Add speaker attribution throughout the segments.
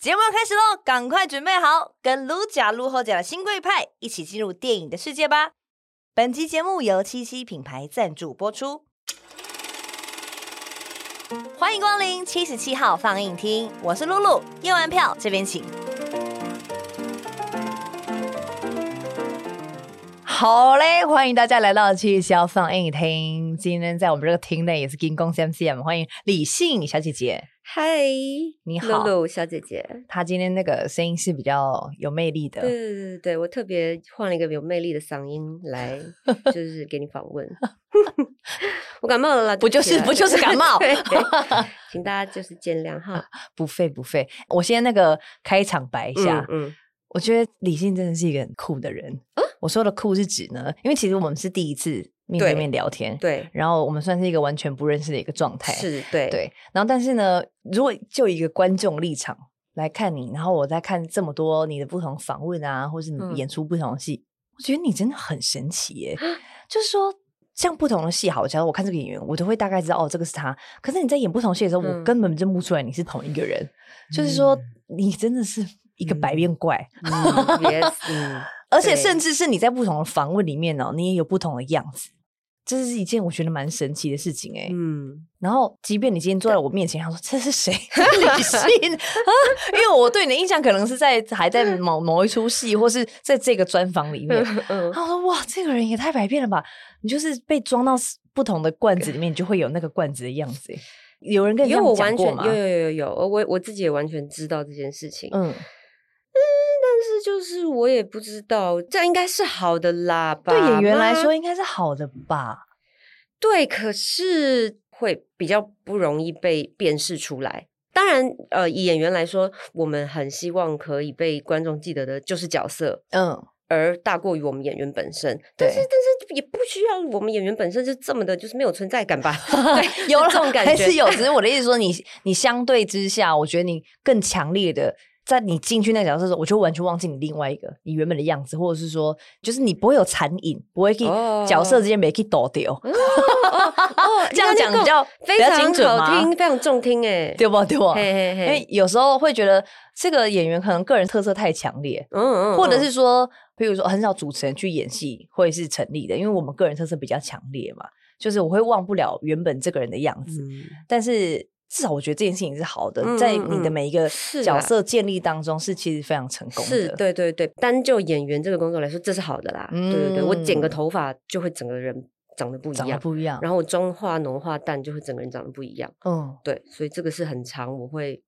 Speaker 1: 节目要开始喽，赶快准备好，跟卢甲、卢后甲的新贵派一起进入电影的世界吧。本期节目由七七品牌赞助播出。欢迎光临七十七号放映厅，我是露露，验完票这边请。
Speaker 2: 好嘞，欢迎大家来到七霄放映厅。今天在我们这个厅内也是金工 C M C M，欢迎李信小姐姐。
Speaker 3: 嗨，
Speaker 2: 你好
Speaker 3: 露露小姐姐。
Speaker 2: 她今天那个声音是比较有魅力的
Speaker 3: 对，对对对，我特别换了一个有魅力的嗓音来， 就是给你访问。 我感冒了啦，
Speaker 2: 不
Speaker 3: 对
Speaker 2: 就是
Speaker 3: 起啦
Speaker 2: 不就是感冒
Speaker 3: 对请大家就是见谅哈。
Speaker 2: 不费不费。我先那个开场白一下，
Speaker 3: 嗯嗯
Speaker 2: 我觉得李信真的是一个很酷的人。
Speaker 3: 哦
Speaker 2: 我说的酷是指呢，因为其实我们是第一次面对
Speaker 3: 对
Speaker 2: 面聊天，
Speaker 3: 对，
Speaker 2: 然后我们算是一个完全不认识的一个状态，
Speaker 3: 是，对，
Speaker 2: 对，然后但是呢，如果就一个观众立场来看你，然后我在看这么多你的不同访问啊，或是你
Speaker 3: 嗯啊
Speaker 2: 演出不同的戏，我觉得你真的很神奇耶！就是说，像不同的戏，好，假如我看这个演员，我都会大概知道哦，这个是他。可是你在演不同戏的时候，我
Speaker 3: 嗯
Speaker 2: 根本认不出来你是同一个人。就是说，你真的是一个百变怪，
Speaker 3: 嗯 ，yes，嗯，
Speaker 2: 而且
Speaker 3: 对
Speaker 2: 甚至是你在不同的访问里面哦，你也有不同的样子。这是一件我觉得蛮神奇的事情哎、
Speaker 3: 嗯，
Speaker 2: 然后，即便你今天坐在我面前，他说这是谁？ 李信啊，因为我对你的印象可能是在还在某某一出戏，或是在这个专访里面。
Speaker 3: 嗯嗯
Speaker 2: 他说哇，这个人也太百变了吧！你就是被装到不同的罐子里面，你就会有那个罐子的样子。欸有人跟你
Speaker 3: 因
Speaker 2: 这
Speaker 3: 为
Speaker 2: 样
Speaker 3: 我
Speaker 2: 讲
Speaker 3: 完
Speaker 2: 过
Speaker 3: 全
Speaker 2: 吗？
Speaker 3: 有有有有有，我我自己也完全知道这件事情，
Speaker 2: 嗯，
Speaker 3: 但是就是我也不知道，这样应该是好的啦吧？
Speaker 2: 对演员来
Speaker 3: 妈
Speaker 2: 说应该是好的吧？
Speaker 3: 对，可是会比较不容易被辨识出来。当然，呃，以演员来说，我们很希望可以被观众记得的就是角色，
Speaker 2: 嗯，
Speaker 3: 而大过于我们演员本身。但是，
Speaker 2: 对
Speaker 3: 但是也不需要我们演员本身是这么的，就是没有存在感 吧？ 对，
Speaker 2: 有
Speaker 3: 是
Speaker 2: 啦
Speaker 3: 这种感
Speaker 2: 还
Speaker 3: 觉，
Speaker 2: 是有。只是我的意思说你，你相对之下，我觉得你更强烈的，在你进去那个角色的时候，我就完全忘记你另外一个你原本的样子，或者是说，就是你不会有残影，不会去、
Speaker 3: 哦
Speaker 2: 角色之间没去抖掉。
Speaker 3: 哦，
Speaker 2: 这样
Speaker 3: 你
Speaker 2: 讲
Speaker 3: 刚
Speaker 2: 比
Speaker 3: 刚那
Speaker 2: 较
Speaker 3: 个
Speaker 2: 比
Speaker 3: 非
Speaker 2: 较精准
Speaker 3: 常好
Speaker 2: 吗
Speaker 3: 听，？非常中听哎。
Speaker 2: 对不对不？
Speaker 3: 嘿嘿
Speaker 2: 因为
Speaker 3: 嘿，
Speaker 2: 有时候会觉得这个演员可能个人特色太强烈，
Speaker 3: 嗯嗯
Speaker 2: 或者
Speaker 3: 嗯
Speaker 2: 是说，比如说很少主持人去演戏会是成立的，因为我们个人特色比较强烈嘛，就是我会忘不了原本这个人的样子。
Speaker 3: 嗯
Speaker 2: 但是至少我觉得这件事情是好的，
Speaker 3: 嗯
Speaker 2: 在
Speaker 3: 嗯
Speaker 2: 你的
Speaker 3: 嗯
Speaker 2: 每一个
Speaker 3: 是
Speaker 2: 角
Speaker 3: 啦
Speaker 2: 色建立当中，是其实非常成功的。
Speaker 3: 是，对对对，单就演员这个工作来说，这是好的啦。对对对，我剪个
Speaker 2: 嗯
Speaker 3: 头发就会整个人长得不一
Speaker 2: 长得
Speaker 3: 样，
Speaker 2: 不一样。
Speaker 3: 然后我妆化浓化淡就会整个人长得不一样。
Speaker 2: 嗯，
Speaker 3: 对，所以这个是很长，我会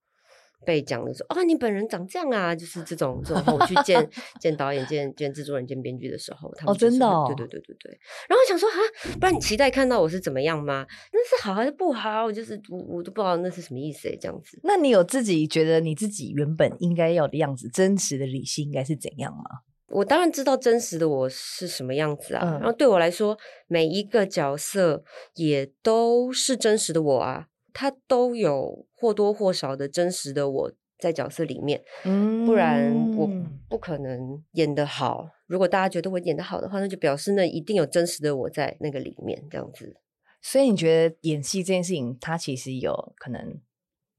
Speaker 3: 被讲的说，哦，你本人长这样啊，就是这种这种。我去见见导演、见见制作人、见编剧的时候，他们
Speaker 2: 哦
Speaker 3: 就
Speaker 2: 真
Speaker 3: 是
Speaker 2: 的
Speaker 3: 会
Speaker 2: 哦
Speaker 3: 对对对对对。然后我想说啊，不然你期待看到我是怎么样吗？那是好还是不好？我就是我我都不知道那是什么意思诶，欸这样子。
Speaker 2: 那你有自己觉得你自己原本应该要的样子，真实的理性应该是怎样吗？
Speaker 3: 我当然知道真实的我是什么样子啊，
Speaker 2: 嗯
Speaker 3: 然后对我来说，每一个角色也都是真实的我啊，他都有或多或少的真实的我在角色里面，
Speaker 2: 嗯
Speaker 3: 不然我不可能演得好。如果大家觉得我演得好的话，那就表示那一定有真实的我在那个里面，这样子。
Speaker 2: 所以你觉得演戏这件事情，它其实有可能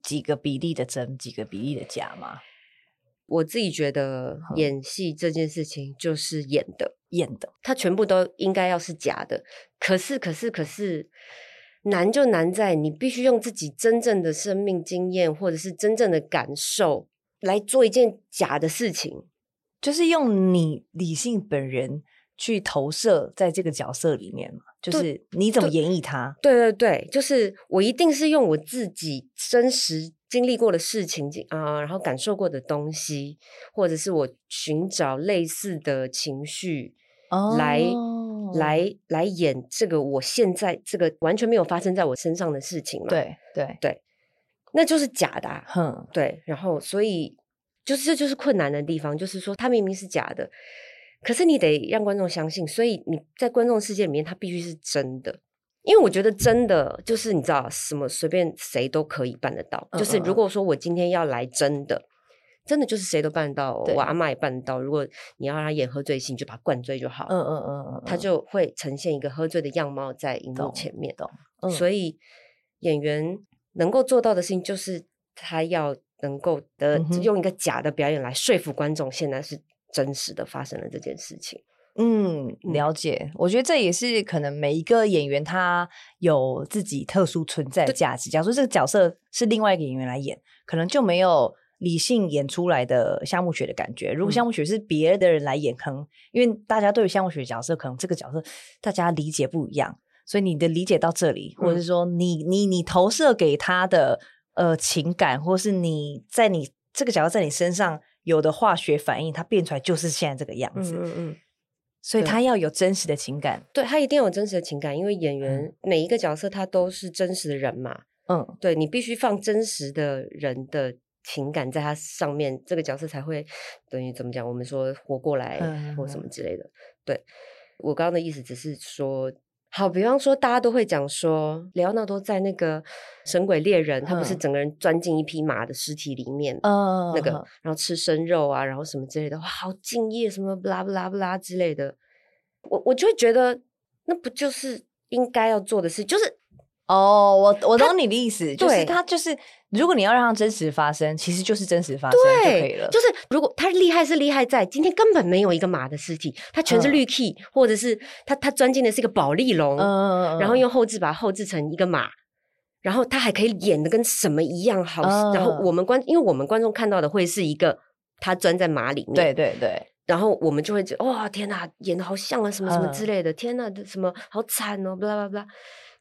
Speaker 2: 几个比例的真，几个比例的假吗？
Speaker 3: 我自己觉得
Speaker 2: 嗯
Speaker 3: 演戏这件事情就是演的，
Speaker 2: 演的，
Speaker 3: 它全部都应该要是假的。可是，可是，可是，难就难在你必须用自己真正的生命经验或者是真正的感受来做一件假的事情。
Speaker 2: 就是用你理性本人去投射在这个角色里面嘛，就是你怎么演绎它。
Speaker 3: 对对对，就是我一定是用我自己真实经历过的事情经啊、然后感受过的东西，或者是我寻找类似的情绪。来
Speaker 2: 哦
Speaker 3: 来来演这个我现在这个完全没有发生在我身上的事情嘛，，
Speaker 2: 对对，
Speaker 3: 那就是假的、啊，
Speaker 2: 哼，
Speaker 3: 对，然后所以就是这就是困难的地方，就是说它明明是假的，可是你得让观众相信，所以你在观众世界里面，它必须是真的。因为我觉得真的就是你知道什么随便谁都可以办得到，
Speaker 2: 嗯
Speaker 3: 就是
Speaker 2: 嗯嗯
Speaker 3: 如果说我今天要来真的，真的就是谁都办得到哦，
Speaker 2: 对
Speaker 3: 我阿妈也办得到。如果你要让他演喝醉戏，你就把他灌醉就好，
Speaker 2: 嗯嗯嗯嗯，
Speaker 3: 他就会呈现一个喝醉的样貌在荧幕
Speaker 2: 懂
Speaker 3: 前面。
Speaker 2: 懂，嗯
Speaker 3: 所以演员能够做到的事情就是他要能够的
Speaker 2: 嗯哼
Speaker 3: 用一个假的表演来说服观众，现在是真实的发生了这件事情。
Speaker 2: 嗯，了解。我觉得这也是可能每一个演员他有自己特殊存在的价值。假如说这个角色是另外一个演员来演，可能就没有理性演出来的夏目雪的感觉。如果夏目雪是别的人来演，可能因为大家对于夏目雪角色，可能这个角色大家理解不一样，所以你的理解到这里，或者是说你你你投射给他的呃情感，或是你在你这个角色在你身上有的化学反应，它变出来就是现在这个样子。
Speaker 3: 嗯嗯，
Speaker 2: 所以
Speaker 3: 对
Speaker 2: 他要有真实的情感。
Speaker 3: 对他一定要有真实的情感，因为演员每一个角色他都是真实的人嘛，
Speaker 2: 嗯，
Speaker 3: 对你必须放真实的人的情感在他上面，这个角色才会等于怎么讲？我们说活过来
Speaker 2: 嗯
Speaker 3: 或什么之类的。对我刚刚的意思只是说，好，比方说大家都会讲说，莱昂纳多在那个《神鬼猎人》，他不是
Speaker 2: 嗯
Speaker 3: 整个人钻进一匹马的尸体里面。
Speaker 2: 呃
Speaker 3: 那个，然后吃生肉啊，然后什么之类的，哇，好敬业，什么不啦不啦不啦之类的，我我就会觉得，那不就是应该要做的事？就是
Speaker 2: 哦，我我懂你的意思，就是
Speaker 3: 对
Speaker 2: 他就是，如果你要让它真实发生，其实就是真实发生就可以
Speaker 3: 对
Speaker 2: 了，。
Speaker 3: 就是如果他厉害是厉害在今天根本没有一个马的尸体，他全是
Speaker 2: 嗯
Speaker 3: 绿 key，、或者是他他钻进的是一个宝丽龙，
Speaker 2: 嗯
Speaker 3: 然后用后置把它后置成一个马，然后他还可以演的跟什么一样好，然后
Speaker 2: 嗯
Speaker 3: 我们观因为我们观众看到的会是一个他钻在马里面，
Speaker 2: 对对对，
Speaker 3: 然后我们就会觉得哇，天哪，演的好像啊，什么什么
Speaker 2: 嗯
Speaker 3: 之类的，天哪，这什么好惨哦，巴拉巴拉巴拉。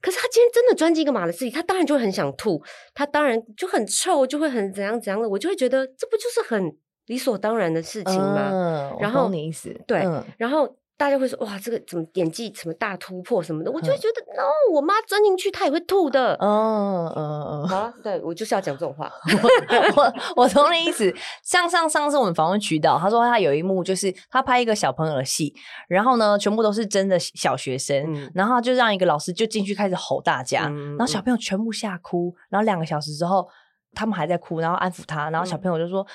Speaker 3: 可是他今天真的钻进一个马的自己，他当然就会很想吐，他当然就很臭，就会很怎样怎样的，我就会觉得这不就是很理所当然的事情吗？
Speaker 2: 嗯，我
Speaker 3: 然后
Speaker 2: 懂你意思，
Speaker 3: 对
Speaker 2: 嗯
Speaker 3: 然后大家会说哇，这个怎么演技什么大突破什么的，我就会觉得、no，我妈钻进去她也会吐的。
Speaker 2: 嗯嗯
Speaker 3: 好了，啊对我就是要讲这种话，
Speaker 2: 嗯，我我懂你意思。像上上次我们访问渠道，他说他有一幕就是他拍一个小朋友的戏，然后呢，全部都是真的小学生，
Speaker 3: 嗯，
Speaker 2: 然后他就让一个老师就进去开始吼大家，
Speaker 3: 嗯
Speaker 2: 然后小朋友全部吓哭，然后两个小时之后，他们还在哭，然后安抚他，然后小
Speaker 3: 嗯
Speaker 2: 朋友就说。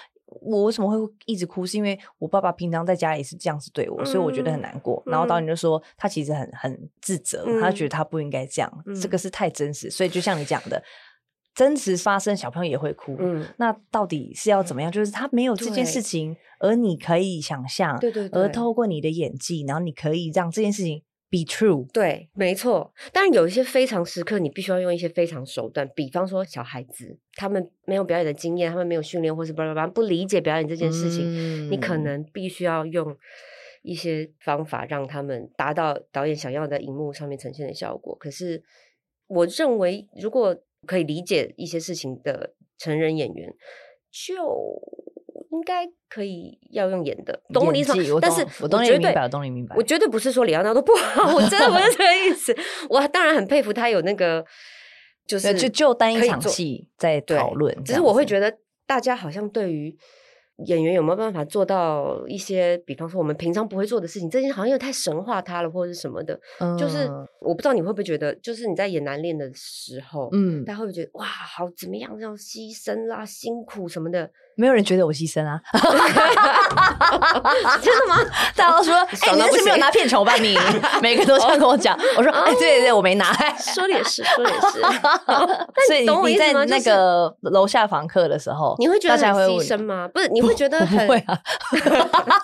Speaker 2: 我为什么会一直哭？是因为我爸爸平常在家也是这样子对我，所以我觉得很
Speaker 3: 嗯
Speaker 2: 难过。然后导演就说他其实很很自责，他觉得
Speaker 3: 嗯
Speaker 2: 他不应该这样，这个是太真实。所以就像你讲的，真实发生，小朋友也会哭。
Speaker 3: 嗯，
Speaker 2: 那到底是要怎么样？就是他没有这件事
Speaker 3: 对
Speaker 2: 情，而你可以想象，
Speaker 3: 对对对，
Speaker 2: 而透过你的演技，然后你可以让这件事情 be true。
Speaker 3: 对，没错。当然有一些非常时刻，你必须要用一些非常手段，比方说小孩子，他们没有表演的经验，他们没有训练，或是巴拉巴拉不理解表演这件事情，
Speaker 2: 情
Speaker 3: 你可能必须要用一些方法让他们达到导演想要的荧幕上面呈现的效果。可是我认为，如果可以理解一些事情的成人演员，就应该可以要用演的，懂我的意思
Speaker 2: 演技
Speaker 3: 吗
Speaker 2: 我？
Speaker 3: 但是
Speaker 2: 懂我懂你
Speaker 3: 绝
Speaker 2: 明
Speaker 3: 对
Speaker 2: 白我懂你明白
Speaker 3: 我绝对不是说李奥纳多 不好，我真的不是这个意思。我当然很佩服他有那个，就
Speaker 2: 对
Speaker 3: 是
Speaker 2: 就就单一
Speaker 3: 可以
Speaker 2: 场
Speaker 3: 做
Speaker 2: 戏在
Speaker 3: 对
Speaker 2: 讨论，
Speaker 3: 只是我会觉
Speaker 2: 得，
Speaker 3: 得大家好像对于演员有没有办法做到一些，比方说我们平常不会做的事情，这件事好像又太神化他了，或者是什么的。就是
Speaker 2: 嗯
Speaker 3: 我不知道你会不会觉得，就是你在演男恋的时候，
Speaker 2: 嗯，
Speaker 3: 大家会不会觉得哇，好怎么样，要牺牲啦、辛苦什么 的？哦
Speaker 2: 没有人觉得我牺牲 啊，
Speaker 3: 真的吗？哦
Speaker 2: 大家都 说，哎，
Speaker 3: 爽
Speaker 2: 你
Speaker 3: 到
Speaker 2: 那
Speaker 3: 不
Speaker 2: 是没有
Speaker 3: 行
Speaker 2: 拿片酬吧你？ 每个都这样跟我讲，我
Speaker 3: 哦
Speaker 2: 说，哎，对对对，我没拿。
Speaker 3: 说的也是，说的也是。
Speaker 2: 所以
Speaker 3: 懂我
Speaker 2: 你
Speaker 3: 意
Speaker 2: 你
Speaker 3: 思
Speaker 2: 在
Speaker 3: 吗就
Speaker 2: 那
Speaker 3: 是
Speaker 2: 个楼下房客的时候，
Speaker 3: 你会觉得
Speaker 2: 大家
Speaker 3: 很
Speaker 2: 会
Speaker 3: 牺
Speaker 2: 问
Speaker 3: 牲吗？不是，你会觉得
Speaker 2: 我不
Speaker 3: 很
Speaker 2: 会啊，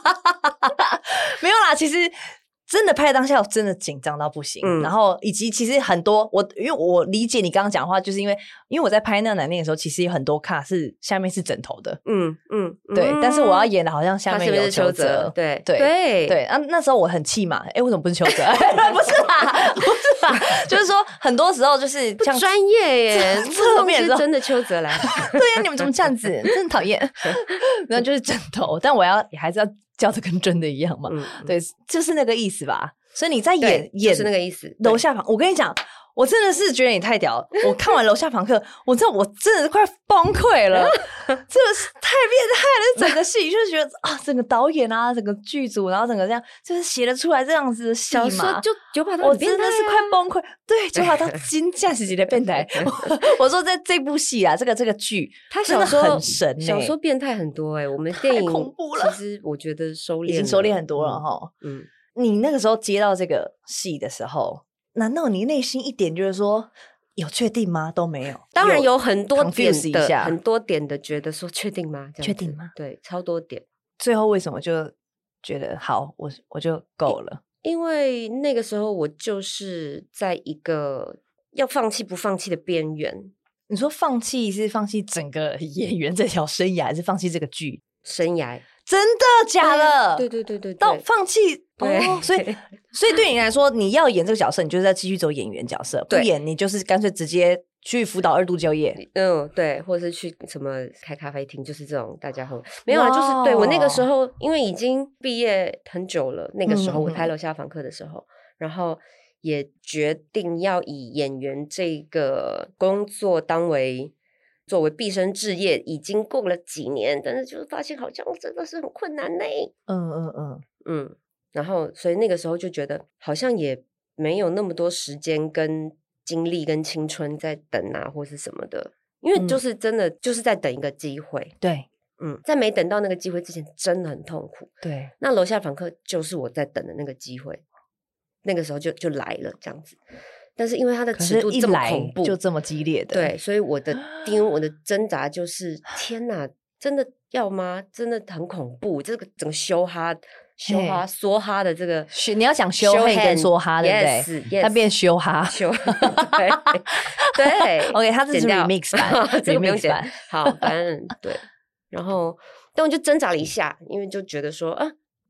Speaker 2: 没有啦，其实。真的拍当下，我真的紧张到不行。
Speaker 3: 嗯
Speaker 2: 然后以及其实很多我，因为我理解你刚刚讲话，就是因为因为我在拍那个男恋的时候，其实有很多卡是下面是枕头的，
Speaker 3: 嗯嗯，
Speaker 2: 对。但是我要
Speaker 3: 嗯
Speaker 2: 演的好像下
Speaker 3: 他
Speaker 2: 面
Speaker 3: 是不
Speaker 2: 有
Speaker 3: 是邱
Speaker 2: 邱
Speaker 3: 泽
Speaker 2: 泽，，
Speaker 3: 对
Speaker 2: 对
Speaker 3: 对
Speaker 2: 对，啊，那时候我很气嘛，哎，为什么不是邱 泽？不是啦，不是啦，就是说很多时候就是
Speaker 3: 不
Speaker 2: 像
Speaker 3: 专业耶，
Speaker 2: 侧
Speaker 3: 不
Speaker 2: 面
Speaker 3: 面
Speaker 2: 的
Speaker 3: 是真的邱泽来，
Speaker 2: 对呀、你们怎么这样子？真讨厌。 然后就是枕头，但我要也还是要叫的跟真的一样嘛。
Speaker 3: 嗯，
Speaker 2: 对，就是那个意思吧。所以你在演
Speaker 3: 对
Speaker 2: 演
Speaker 3: 就是那个意思。对
Speaker 2: 楼下房，我跟你讲，我真的是觉得你太屌了。我看完楼下房客，我真的我真的是快崩溃 了，真的是太变态了。整个戏就是觉得啊，整个导演啊，整个剧组，然后整个这样，就是写得出来这样子的戏
Speaker 3: 小
Speaker 2: 嘛
Speaker 3: 说。就九把刀
Speaker 2: 我
Speaker 3: 很变
Speaker 2: 真的
Speaker 3: 态
Speaker 2: 是
Speaker 3: 啊
Speaker 2: 快崩溃，对，就好 到金价十级的变态。 我我说在这部戏啊，这个这个剧，
Speaker 3: 他
Speaker 2: 真
Speaker 3: 小
Speaker 2: 的
Speaker 3: 说
Speaker 2: 很神欸
Speaker 3: 小说变态很多哎，我们电
Speaker 2: 太
Speaker 3: 影
Speaker 2: 恐怖了
Speaker 3: 其实我觉得收敛
Speaker 2: 已经收敛很多了
Speaker 3: 哈。
Speaker 2: 哈。
Speaker 3: 嗯，嗯
Speaker 2: 你那个时候接到这个戏的时候，难道你内心一点就是说有确定吗？都没有，
Speaker 3: 当然有很多点
Speaker 2: confuse 一
Speaker 3: 的，
Speaker 2: 下
Speaker 3: 很多点的，觉得说确定吗？这样
Speaker 2: 确
Speaker 3: 子
Speaker 2: 定吗？
Speaker 3: 对，超多点，
Speaker 2: 最后为什么就觉得好，我我就够了？
Speaker 3: 因为那个时候我就是在一个要放弃不放弃的边缘
Speaker 2: 你说放弃是放弃整个演员这条生涯，还是放弃这个剧？
Speaker 3: 生涯，
Speaker 2: 真的假的？
Speaker 3: 对对对对
Speaker 2: 到
Speaker 3: 对，
Speaker 2: 放弃
Speaker 3: 对
Speaker 2: 哦， 所以所以对你来说，你要演这个角色，你就是要继续走演员角色；不
Speaker 3: 对
Speaker 2: 演，你就是干脆直接去辅导二度就业。
Speaker 3: 嗯，对，或者是去什么开咖啡厅，就是这种大家会没有啊，就是对我那个时
Speaker 2: 哦哇哦
Speaker 3: 候，因为已经毕业很久了，那个时候我
Speaker 2: 嗯
Speaker 3: 开
Speaker 2: 嗯
Speaker 3: 楼下房客的时候，然后也决定要以演员这个工作当为。作为毕生志业，已经过了几年，但是就是发现好像真的是很困难呢、
Speaker 2: 嗯嗯嗯，
Speaker 3: 嗯，然后所以那个时候就觉得好像也没有那么多时间跟精力跟青春在等啊，或是什么的，因为就
Speaker 2: 嗯
Speaker 3: 是真的就是在等一个机会。
Speaker 2: 对
Speaker 3: 嗯，在没等到那个机会之前，真的很痛苦。
Speaker 2: 对，
Speaker 3: 那楼下访客就是我在等的那个机会，那个时候就就来了这样子。但是因为它的
Speaker 2: 可
Speaker 3: 尺
Speaker 2: 是
Speaker 3: 度
Speaker 2: 一
Speaker 3: 这么
Speaker 2: 来
Speaker 3: 恐怖，
Speaker 2: 就这么激烈的，
Speaker 3: 对，，所以我的因为我的挣 扎就是，天哪，真的要吗？真的很恐怖，这个整个修哈、修哈、
Speaker 2: 嘿
Speaker 3: 梭哈的这个 hand，yes，yes，
Speaker 2: 是你要讲修黑跟说哈，对不对？
Speaker 3: 对
Speaker 2: 他变修哈
Speaker 3: 修，对 对
Speaker 2: ，OK，他这
Speaker 3: 剪
Speaker 2: 是
Speaker 3: 掉
Speaker 2: remix 版
Speaker 3: 这个不用
Speaker 2: ，remix
Speaker 3: 剪
Speaker 2: 版。
Speaker 3: 好，反正对。 然后，但我就挣扎了一下，因为就觉得说啊，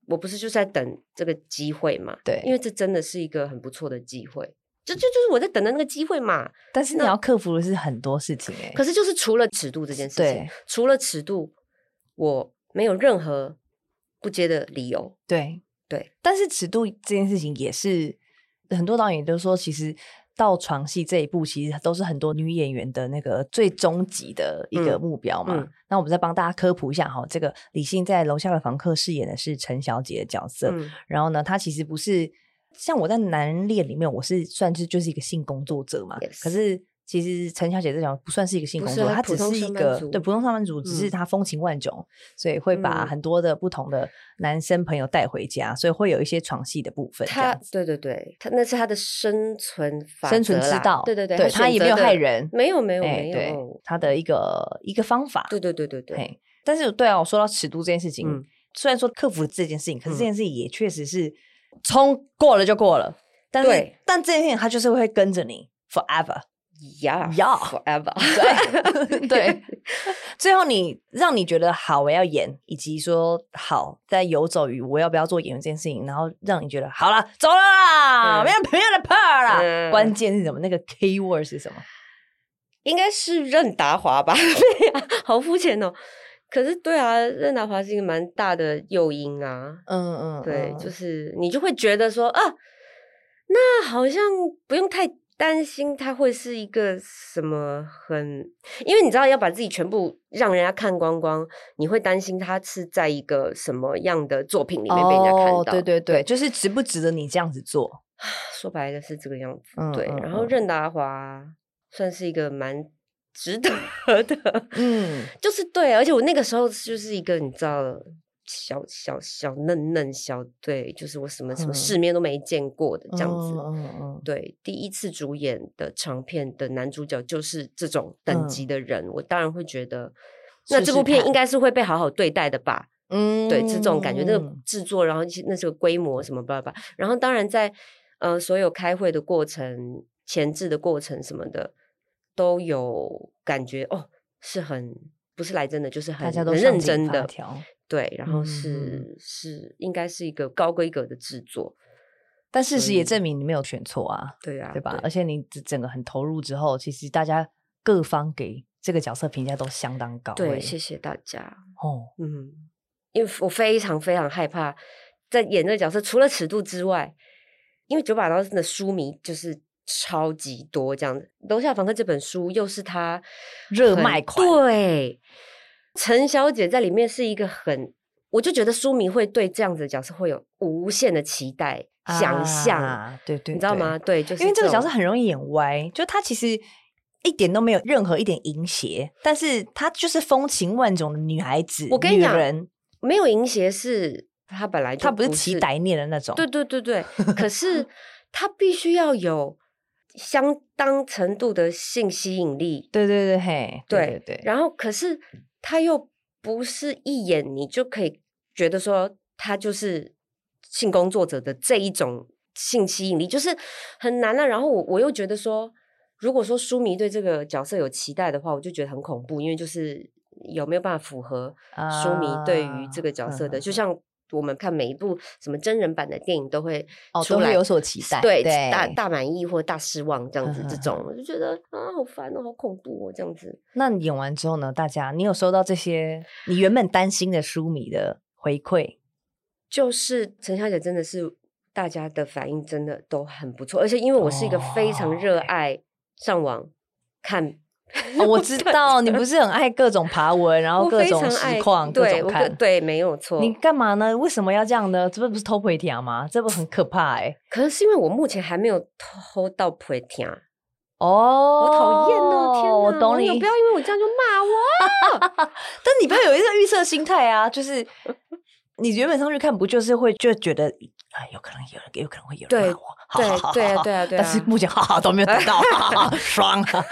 Speaker 3: 我不是就是在等这个机会嘛？
Speaker 2: 对
Speaker 3: 因为这真的是一个很不错的机会，就就就是我在等的那个机会嘛。
Speaker 2: 但是你要克服的是很多事情哎、
Speaker 3: 可是就是除了尺度这件事情
Speaker 2: 对，
Speaker 3: 除了尺度，我没有任何不接的理由。
Speaker 2: 对
Speaker 3: 对，
Speaker 2: 但是尺度这件事情也是很多导演都说，其实到床戏这一步，其实都是很多女演员的那个最终极的一个
Speaker 3: 嗯
Speaker 2: 目标嘛。
Speaker 3: 嗯
Speaker 2: 那我们再帮大家科普一下哈，这个李信在楼下的房客饰演的是陈小姐的角色，
Speaker 3: 嗯
Speaker 2: 然后呢，她其实不是像我在男人恋里面，我是算是就是一个性工作者嘛
Speaker 3: Yes
Speaker 2: 可是。其实陈小姐这种不算是一个性
Speaker 3: 不
Speaker 2: 工
Speaker 3: 是
Speaker 2: 作，
Speaker 3: 她
Speaker 2: 她
Speaker 3: 普
Speaker 2: 只
Speaker 3: 通
Speaker 2: 是一
Speaker 3: 上班
Speaker 2: 个
Speaker 3: 族
Speaker 2: 对普通上班族，只是
Speaker 3: 嗯
Speaker 2: 她风情万种，所以会把
Speaker 3: 嗯
Speaker 2: 很多的不同的男生朋友带回家，所以会有一些床戏的部分。这
Speaker 3: 他
Speaker 2: 样子
Speaker 3: 对对对，他那是他的生存法
Speaker 2: 生存
Speaker 3: 则
Speaker 2: 之
Speaker 3: 啦
Speaker 2: 道
Speaker 3: 对对对，
Speaker 2: 对他
Speaker 3: 选
Speaker 2: 也没
Speaker 3: 择
Speaker 2: 有
Speaker 3: 的
Speaker 2: 害人
Speaker 3: 没有没有
Speaker 2: 哎
Speaker 3: 没，
Speaker 2: 对
Speaker 3: 有，，
Speaker 2: 他的一个一个方法。
Speaker 3: 对对对对对，
Speaker 2: 嘿，但是对啊，我说到尺度这件事情，
Speaker 3: 嗯
Speaker 2: 虽然说克服这件事情，可是
Speaker 3: 嗯
Speaker 2: 这件事情也确实是冲过了就过了，但是
Speaker 3: 对
Speaker 2: 但这件事情它就是会跟着你 forever。
Speaker 3: 呀
Speaker 2: Yeah
Speaker 3: forever，
Speaker 2: 对对，最后你让你觉得好，我要演，以及说好在游走于我要不要做演员这件事情，然后让你觉得好了，走了啦，
Speaker 3: 嗯
Speaker 2: 没有没有的怕啦。
Speaker 3: 嗯
Speaker 2: 关键是什么？那个 key word 是什么？
Speaker 3: 应该是任达 华吧？对呀、好肤浅哦。可是对啊，任达华是一个蛮大的诱因啊。
Speaker 2: 嗯嗯，
Speaker 3: 对，
Speaker 2: 嗯
Speaker 3: 就是你就会觉得说啊，那好像不用太担心他会是一个什么很，因为你知道要把自己全部让人家看光光，你会担心他是在一个什么样的作品里面被人家看到。
Speaker 2: 哦对对对，就是值不值得你这样子做？
Speaker 3: 说白了是这个样子。
Speaker 2: 嗯
Speaker 3: 对，
Speaker 2: 嗯
Speaker 3: 然后
Speaker 2: 嗯
Speaker 3: 任达华算是一个蛮值得的。
Speaker 2: 嗯，
Speaker 3: 就是对，而且我那个时候就是一个你知道小小小嫩嫩小，对，就是我什么什么
Speaker 2: 嗯
Speaker 3: 世面都没见过的这样子。
Speaker 2: 嗯嗯嗯，
Speaker 3: 对，第一次主演的长片的男主角就是这种等
Speaker 2: 嗯
Speaker 3: 级的人，我当然会觉得，那
Speaker 2: 试
Speaker 3: 这
Speaker 2: 试
Speaker 3: 部片
Speaker 2: 看
Speaker 3: 应该是会被好好对待的吧？
Speaker 2: 嗯
Speaker 3: 对，是这种感觉，那个制作，然后其那是个规模什么巴拉巴拉，然后当然在呃所有开会的过程、前置的过程什么的，都有感觉哦，是很不是来真的，就是很
Speaker 2: 大家都
Speaker 3: 很
Speaker 2: 上
Speaker 3: 认
Speaker 2: 紧
Speaker 3: 真
Speaker 2: 发
Speaker 3: 的，
Speaker 2: 条
Speaker 3: 对，然后是、
Speaker 2: 嗯
Speaker 3: 是应该是一个高规格的制作，
Speaker 2: 但事实
Speaker 3: 所以
Speaker 2: 也证明你没有选错啊。
Speaker 3: 对啊，
Speaker 2: 对吧？而且你整整个很投入之后，其实大家各方给这个角色评价都相当高、欸。
Speaker 3: 对，谢谢大家，
Speaker 2: 哦，
Speaker 3: 嗯，因为我非常非常害怕在演这个角色，除了尺度之外，因为九把刀真的书迷就是超级多，这样子。楼下房客这本书又是他
Speaker 2: 热
Speaker 3: 很
Speaker 2: 卖款
Speaker 3: 对，陈小姐在里面是一个很，我就觉得书迷会对这样子的角色会有无限的期待、想象，
Speaker 2: 啊、对对，
Speaker 3: 你知道
Speaker 2: 对
Speaker 3: 吗？？对，就是
Speaker 2: 因为这个角
Speaker 3: 种
Speaker 2: 色很容易演歪，就他其实一点都没有任何一点淫邪，但是她就是风情万种的女孩子，
Speaker 3: 我跟你
Speaker 2: 女
Speaker 3: 讲
Speaker 2: 人
Speaker 3: 没有淫邪是。他本来就
Speaker 2: 她不是起歹念的那种，
Speaker 3: 对对对对，可是他必须要有相当程度的性吸引力，
Speaker 2: 对对对，嘿，对
Speaker 3: 对
Speaker 2: 对对，
Speaker 3: 然后可是他又不是一眼你就可以觉得说他就是性工作者的这一种性吸引力，就是很难了、啊然后我我又觉得说，如果说书迷对这个角色有期待的话，我就觉得很恐怖，因为就是有没有办法符合书迷对于这个角色的，
Speaker 2: 啊
Speaker 3: 就像。我们看每一部什么真人版的电影都会
Speaker 2: 哦
Speaker 3: 出
Speaker 2: 都会
Speaker 3: 来
Speaker 2: 有所期待
Speaker 3: 对
Speaker 2: 对
Speaker 3: 大大满意或大失望这样子，
Speaker 2: 嗯
Speaker 3: 这
Speaker 2: 嗯
Speaker 3: 种我就觉得啊好烦哦，好恐怖哦这样子。
Speaker 2: 那你演完之后呢？大家，你有收到这些你原本担心的书迷的回馈？
Speaker 3: 就是陈小姐真的是大家的反应真的都很不错，而且因为我是一个非常热
Speaker 2: 哦
Speaker 3: 爱上网看，
Speaker 2: 哦，我知道你不是很爱各种爬文，然后
Speaker 3: 我
Speaker 2: 各
Speaker 3: 非
Speaker 2: 种
Speaker 3: 常
Speaker 2: 实
Speaker 3: 爱
Speaker 2: 况，各
Speaker 3: 对，
Speaker 2: 种
Speaker 3: 我
Speaker 2: 看
Speaker 3: 个。对，没有错。
Speaker 2: 你干嘛呢？为什么要这样呢？这不是偷窥条吗？这不很可怕哎、
Speaker 3: 可能是因为我目前还没有偷到普瑞听，啊
Speaker 2: 哦，
Speaker 3: 我讨厌哦，天
Speaker 2: 我
Speaker 3: 哪
Speaker 2: 懂
Speaker 3: 网友
Speaker 2: 你
Speaker 3: 不。要因为我这样就骂我。
Speaker 2: 但你不要有一个预设心态啊，就是你原本上去看，不就是会就觉得啊，有可能有人，有可能会有人
Speaker 3: 对
Speaker 2: 骂我， 好好好
Speaker 3: 对对
Speaker 2: 好
Speaker 3: 啊
Speaker 2: 好
Speaker 3: 对啊对啊！
Speaker 2: 但是 目前哈哈都没有得到，哈哈爽啊！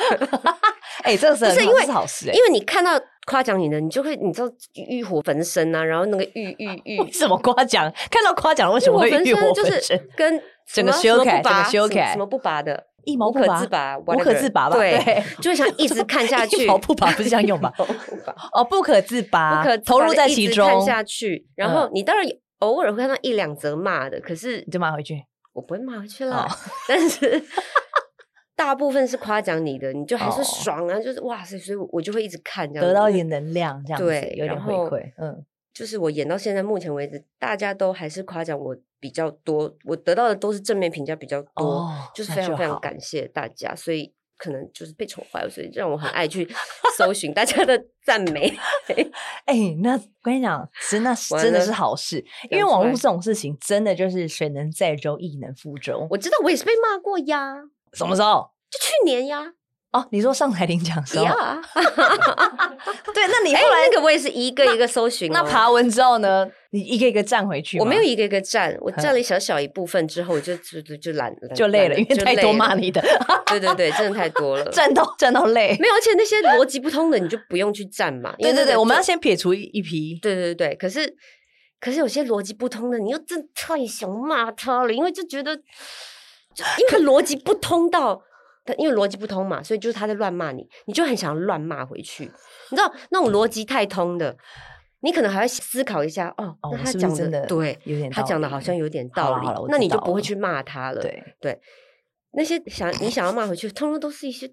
Speaker 2: 哎，这个是
Speaker 3: 不是欸
Speaker 2: 很
Speaker 3: 因
Speaker 2: 好
Speaker 3: 为
Speaker 2: 这是好事哎
Speaker 3: 因，为你看到夸奖你的，你就会你知道欲火焚身啊，然后那个欲欲 欲
Speaker 2: 为什么夸奖？看到夸奖了为什么会
Speaker 3: 焚
Speaker 2: 欲火
Speaker 3: 身，就
Speaker 2: 焚
Speaker 3: 是
Speaker 2: 身？
Speaker 3: 跟
Speaker 2: 整个
Speaker 3: 什么
Speaker 2: 修
Speaker 3: 什么
Speaker 2: 改整
Speaker 3: 不
Speaker 2: 个
Speaker 3: 拔
Speaker 2: 修
Speaker 3: 什么
Speaker 2: 改
Speaker 3: 什么不拔的，
Speaker 2: 一毛
Speaker 3: 无
Speaker 2: 不
Speaker 3: 可
Speaker 2: 拔
Speaker 3: 自拔，
Speaker 2: 无可自拔吧？
Speaker 3: 对
Speaker 2: 对，，
Speaker 3: 就会想一直看下去，
Speaker 2: 一毛不拔不是这样用吧
Speaker 3: ？一毛不 拔
Speaker 2: 哦，不可自拔，
Speaker 3: 不可自拔
Speaker 2: 投入
Speaker 3: 地
Speaker 2: 在
Speaker 3: 一
Speaker 2: 其
Speaker 3: 直
Speaker 2: 中嗯
Speaker 3: 看，下去。然后你当然也偶尔会看到一两则骂的，可是
Speaker 2: 你就骂回去。
Speaker 3: 我不会骂回去
Speaker 2: 哦
Speaker 3: 啦。 但是大部分是夸奖你的，你就还
Speaker 2: 哦
Speaker 3: 是爽啊，就是哇塞，所以我就会一直看这样子，
Speaker 2: 得到一
Speaker 3: 因
Speaker 2: 点
Speaker 3: 为
Speaker 2: 能量，这样子
Speaker 3: 对
Speaker 2: 有点
Speaker 3: 然
Speaker 2: 回
Speaker 3: 后
Speaker 2: 馈。嗯，
Speaker 3: 就是我演到现在目前为止，大家都还是夸奖我比较多，我得到的都是正面评价比较多，
Speaker 2: 哦
Speaker 3: 就是
Speaker 2: 那
Speaker 3: 非常
Speaker 2: 就
Speaker 3: 非
Speaker 2: 好
Speaker 3: 常感谢大家，所以可能就是被宠坏了，所以让我很爱去搜寻大家的赞美。
Speaker 2: 哎、那我跟你讲，其实那是
Speaker 3: 完
Speaker 2: 真的
Speaker 3: 了
Speaker 2: 是好事，因为
Speaker 3: 讲出
Speaker 2: 网络
Speaker 3: 来
Speaker 2: 这种事情真的就是水能载舟，亦能覆舟。
Speaker 3: 我知道我也是被骂过呀，
Speaker 2: 什么时候？
Speaker 3: 就去年呀，
Speaker 2: 哦，你说上台领奖的时候
Speaker 3: 呀，
Speaker 2: 对，那你
Speaker 3: 哎
Speaker 2: 后来、，
Speaker 3: 那个我也是一个一个搜寻、
Speaker 2: 那爬。文之后呢？你一个一个站回去吗，
Speaker 3: 哦
Speaker 2: 嗯
Speaker 3: 我没有一个一个站，我站了小小一部分之后，我就就就就懒懒
Speaker 2: 就累了，因为太多骂。
Speaker 3: 懒
Speaker 2: 你的，。
Speaker 3: 就累了对对对，真的太多了
Speaker 2: 站到站到累。
Speaker 3: 没有，而且那些逻辑不通的，你就不用去站 嘛。因
Speaker 2: 对
Speaker 3: 为
Speaker 2: 对
Speaker 3: 那
Speaker 2: 对，
Speaker 3: 个
Speaker 2: 我们
Speaker 3: 就
Speaker 2: 要先撇除一一批。
Speaker 3: 对对对，可是可是有些逻辑不通的，你又真的太想骂他了，因为就觉得，就因为他逻辑不通到，他因为逻辑不通嘛，所以就是他在乱骂你，你就很想乱骂回去。你知道那种逻辑太通的，你可能还会思考一下，哦，
Speaker 2: 哦，
Speaker 3: 那
Speaker 2: 我
Speaker 3: 他
Speaker 2: 是不
Speaker 3: 讲
Speaker 2: 是真的
Speaker 3: 对，
Speaker 2: 有点
Speaker 3: 他
Speaker 2: 道
Speaker 3: 讲的
Speaker 2: 理
Speaker 3: 好像有点
Speaker 2: 好
Speaker 3: 道
Speaker 2: 了
Speaker 3: 理，
Speaker 2: 好了我
Speaker 3: 那
Speaker 2: 知
Speaker 3: 你就
Speaker 2: 道
Speaker 3: 不会
Speaker 2: 了
Speaker 3: 去骂他了。
Speaker 2: 对，
Speaker 3: 那些想你想要骂回去，通通都是 一些